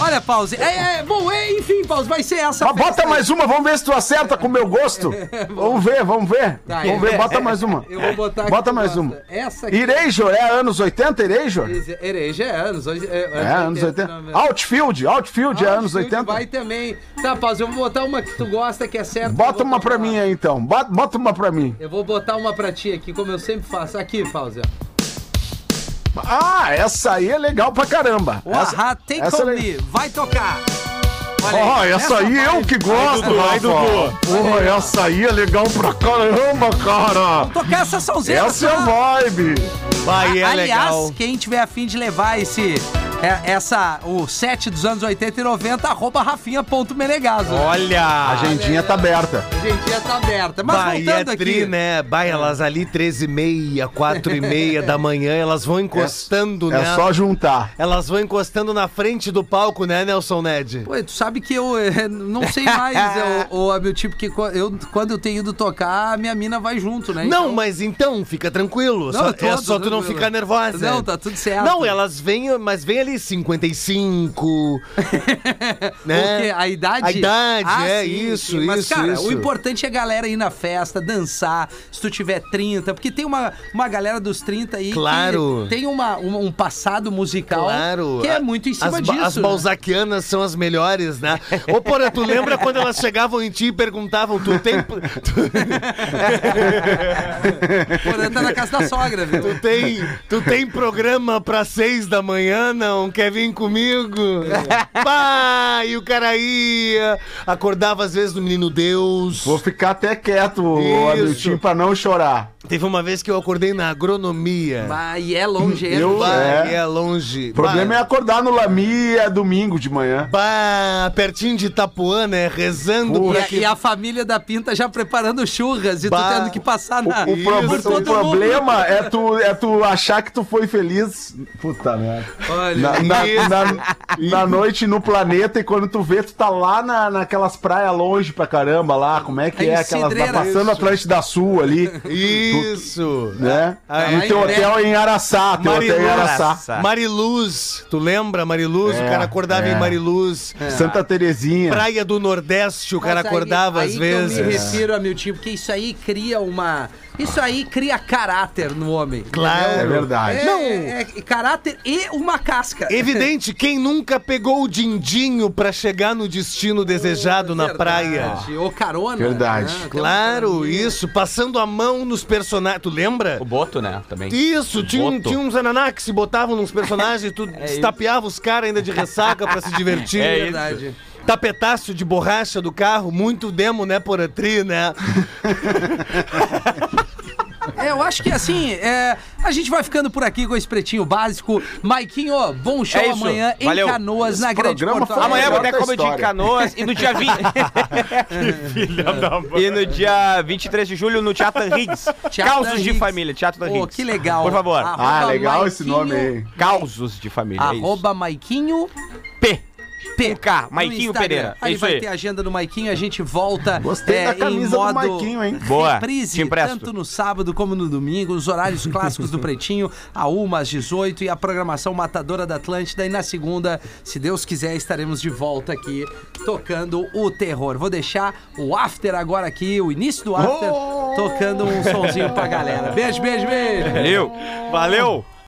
[SPEAKER 4] Olha, Pause. É, é, bom, é, enfim, Pause, vai ser essa.
[SPEAKER 6] Mas
[SPEAKER 4] festa
[SPEAKER 6] bota
[SPEAKER 4] Tá aí.
[SPEAKER 6] mais uma, vamos ver se tu acerta com o meu gosto. Vamos ver, vamos ver.
[SPEAKER 4] Tá,
[SPEAKER 6] vamos
[SPEAKER 4] é,
[SPEAKER 6] ver, bota
[SPEAKER 4] é,
[SPEAKER 6] mais uma.
[SPEAKER 4] Eu vou botar aqui.
[SPEAKER 6] Bota mais
[SPEAKER 4] nossa.
[SPEAKER 6] uma.
[SPEAKER 4] Essa aqui.
[SPEAKER 6] Irejo, é anos 80, Irejo?
[SPEAKER 4] Ereja é anos. hoje- É,
[SPEAKER 6] É, anos 80. Outfield, Outfield é anos 80.
[SPEAKER 4] Vai também. Tá, Pause, eu vou botar uma que tu gosta, que é certa.
[SPEAKER 6] Bota
[SPEAKER 4] Eu vou
[SPEAKER 6] uma pra
[SPEAKER 4] botar
[SPEAKER 6] mim
[SPEAKER 4] uma.
[SPEAKER 6] aí então. Bota, bota uma pra mim.
[SPEAKER 4] Eu vou botar uma pra ti aqui, como eu sempre faço. Aqui, Pause. ó.
[SPEAKER 6] Ah, essa aí é legal pra caramba.
[SPEAKER 4] O Ahá Take
[SPEAKER 6] essa
[SPEAKER 4] On
[SPEAKER 6] é-
[SPEAKER 4] Me. Vai tocar.
[SPEAKER 6] Ó, essa aí eu que gosto,
[SPEAKER 5] Vai, Dudu.
[SPEAKER 6] Rafa. Porra, essa aí é legal pra caramba, cara.
[SPEAKER 4] Tocar essa salzinha.
[SPEAKER 6] Essa é a vibe.
[SPEAKER 8] Vai, é
[SPEAKER 4] Aliás,
[SPEAKER 8] legal.
[SPEAKER 4] quem tiver afim de levar esse. é, Essa, o set dos anos 80 e 90, arroba rafinha.menegaso.
[SPEAKER 8] Olha!
[SPEAKER 6] A agendinha tá aberta.
[SPEAKER 4] Gente, já tá aberta. Mas
[SPEAKER 8] Bahia
[SPEAKER 4] voltando
[SPEAKER 8] é
[SPEAKER 4] aqui.
[SPEAKER 8] tri, né? Bah, elas ali 13 e meia, 4 e meia da manhã, elas vão encostando, né?
[SPEAKER 6] É só juntar.
[SPEAKER 8] Elas vão encostando na frente do palco, né, Nelson Ned?
[SPEAKER 4] Pô, tu sabe que eu eh, não sei mais, o meu tipo que co- eu, quando eu tenho ido tocar, a minha mina vai junto, né?
[SPEAKER 8] Não,
[SPEAKER 4] Então-
[SPEAKER 8] mas então, fica tranquilo.
[SPEAKER 4] Não,
[SPEAKER 8] só,
[SPEAKER 4] eu tô,
[SPEAKER 8] é
[SPEAKER 4] tô
[SPEAKER 8] só tu não
[SPEAKER 4] tranquilo.
[SPEAKER 8] ficar nervosa.
[SPEAKER 4] Não, tá tudo certo.
[SPEAKER 8] Não, elas vêm, mas vem ali 55. né?
[SPEAKER 4] Porque a idade.
[SPEAKER 8] A idade,
[SPEAKER 4] Ah,
[SPEAKER 8] é
[SPEAKER 4] sim,
[SPEAKER 8] isso,
[SPEAKER 4] sim. Mas,
[SPEAKER 8] isso.
[SPEAKER 4] cara,
[SPEAKER 8] isso.
[SPEAKER 4] o importante é a galera ir na festa, dançar, se tu tiver 30, porque tem uma, uma galera dos 30 aí
[SPEAKER 8] Claro.
[SPEAKER 4] que tem uma, uma- um passado musical
[SPEAKER 8] Claro.
[SPEAKER 4] que é muito em cima
[SPEAKER 8] as, ba-
[SPEAKER 4] disso.
[SPEAKER 8] As
[SPEAKER 4] né?
[SPEAKER 8] balzaquianas são as melhores, né? Ô, Porã, tu lembra quando elas chegavam em ti e perguntavam, tu tem, tu,
[SPEAKER 4] Porã tá na casa da sogra, viu?
[SPEAKER 8] tu tem, tu tem programa pra seis da manhã, não? Quer vir comigo? Pai, o cara ia, acordava às vezes do menino Deus.
[SPEAKER 6] Vou ficar até quieto,
[SPEAKER 8] Isso.
[SPEAKER 6] Adiltinho, pra não chorar.
[SPEAKER 8] Teve uma vez que eu acordei na agronomia.
[SPEAKER 4] Bah, e é longe, é
[SPEAKER 6] Eu-
[SPEAKER 8] Bah,
[SPEAKER 6] É.
[SPEAKER 8] e é longe.
[SPEAKER 6] O problema é acordar no Lamia domingo de manhã.
[SPEAKER 8] Bah, pertinho de Itapuã, né? Rezando
[SPEAKER 6] Porra,
[SPEAKER 4] E
[SPEAKER 8] pra
[SPEAKER 4] a,
[SPEAKER 8] que...
[SPEAKER 4] e a família da Pinta já preparando churras e
[SPEAKER 8] Bah.
[SPEAKER 4] tu tendo que passar
[SPEAKER 6] O,
[SPEAKER 4] na.
[SPEAKER 6] o prob-
[SPEAKER 4] por todo
[SPEAKER 6] o problema é tu, é tu achar que tu foi feliz. Puta merda.
[SPEAKER 4] mundo. Olha,
[SPEAKER 6] Na, na- na- na noite no planeta e quando tu vê, tu tá lá na, naquelas praias longe pra caramba lá. Como é que
[SPEAKER 4] Em
[SPEAKER 6] é? Aquelas,
[SPEAKER 4] Cidreira.
[SPEAKER 6] tá passando Atlântida Sul ali,
[SPEAKER 8] Isso.
[SPEAKER 6] né?
[SPEAKER 8] Ah,
[SPEAKER 6] e
[SPEAKER 4] é.
[SPEAKER 6] teu hotel é em Araçá, teu hotel é em Araçá.
[SPEAKER 8] Mariluz, Mariluz, tu lembra Mariluz? o
[SPEAKER 6] É,
[SPEAKER 8] cara acordava
[SPEAKER 6] é.
[SPEAKER 8] em Mariluz.
[SPEAKER 6] Santa Terezinha.
[SPEAKER 8] Praia do Nordeste, o cara
[SPEAKER 4] Mas aí-
[SPEAKER 8] acordava
[SPEAKER 4] aí
[SPEAKER 8] às
[SPEAKER 4] que
[SPEAKER 8] vezes.
[SPEAKER 4] Eu me refiro a meu tipo, porque isso aí cria uma. Isso aí cria caráter no homem.
[SPEAKER 8] Claro.
[SPEAKER 6] É verdade.
[SPEAKER 4] É, é, é caráter e uma casca.
[SPEAKER 8] Evidente, quem nunca pegou o dindinho pra chegar no destino desejado na
[SPEAKER 4] Verdade.
[SPEAKER 8] praia?
[SPEAKER 4] Ou carona.
[SPEAKER 6] Verdade.
[SPEAKER 4] Tem uma
[SPEAKER 8] Claro,
[SPEAKER 4] caroninha.
[SPEAKER 8] isso, passando a mão nos personagens. Tu lembra?
[SPEAKER 7] O Boto, né? Também.
[SPEAKER 8] Isso, tinha, um-
[SPEAKER 7] Boto.
[SPEAKER 8] tinha uns ananá que se botavam nos personagens, tu estapeava os caras ainda de ressaca pra se divertir.
[SPEAKER 7] É isso.
[SPEAKER 4] Verdade.
[SPEAKER 8] Tapetaço de borracha do carro, muito demo, né, Poratri, né?
[SPEAKER 4] É, eu acho que assim, é, a gente vai ficando por aqui com esse pretinho básico. Maiquinho, bom show
[SPEAKER 7] É isso,
[SPEAKER 4] amanhã
[SPEAKER 7] valeu.
[SPEAKER 4] em Canoas, na Grande
[SPEAKER 6] programa
[SPEAKER 4] Porto
[SPEAKER 6] foi
[SPEAKER 7] Amanhã
[SPEAKER 4] Alegre.
[SPEAKER 7] eu vou ter
[SPEAKER 6] Outra
[SPEAKER 7] comedy em
[SPEAKER 6] história.
[SPEAKER 7] Canoas e no dia 20. E no dia 23 de julho no Teatro da Riggs.
[SPEAKER 4] Teatro
[SPEAKER 7] Causos
[SPEAKER 4] da
[SPEAKER 7] de
[SPEAKER 4] Riggs.
[SPEAKER 7] família, Teatro da
[SPEAKER 4] Pô,
[SPEAKER 7] Riggs.
[SPEAKER 4] que legal.
[SPEAKER 7] Por favor.
[SPEAKER 4] Arroba
[SPEAKER 6] Ah, legal esse nome aí.
[SPEAKER 7] Causos de família. é isso.
[SPEAKER 4] Arroba Maiquinho
[SPEAKER 7] P.
[SPEAKER 4] P.
[SPEAKER 7] Com K,
[SPEAKER 4] no
[SPEAKER 7] Maiquinho
[SPEAKER 4] Instagram.
[SPEAKER 7] Pereira. É
[SPEAKER 4] Aí
[SPEAKER 7] isso
[SPEAKER 4] vai
[SPEAKER 7] aí.
[SPEAKER 4] ter a agenda do Maiquinho, a gente volta. é,
[SPEAKER 6] Gostei da
[SPEAKER 4] em
[SPEAKER 6] camisa do
[SPEAKER 4] modo
[SPEAKER 6] Maiquinho, hein?
[SPEAKER 7] Boa, te
[SPEAKER 4] Reprise,
[SPEAKER 7] empresto.
[SPEAKER 4] tanto no sábado como no domingo, os horários clássicos do Pretinho, a 1 às 18 e a programação Matadora da Atlântida. E na segunda, se Deus quiser, estaremos de volta aqui tocando o terror. Vou deixar o after agora aqui, o
[SPEAKER 6] Oh!
[SPEAKER 4] início do after, tocando um sonzinho pra galera. Beijo, beijo, beijo.
[SPEAKER 7] Valeu. Valeu.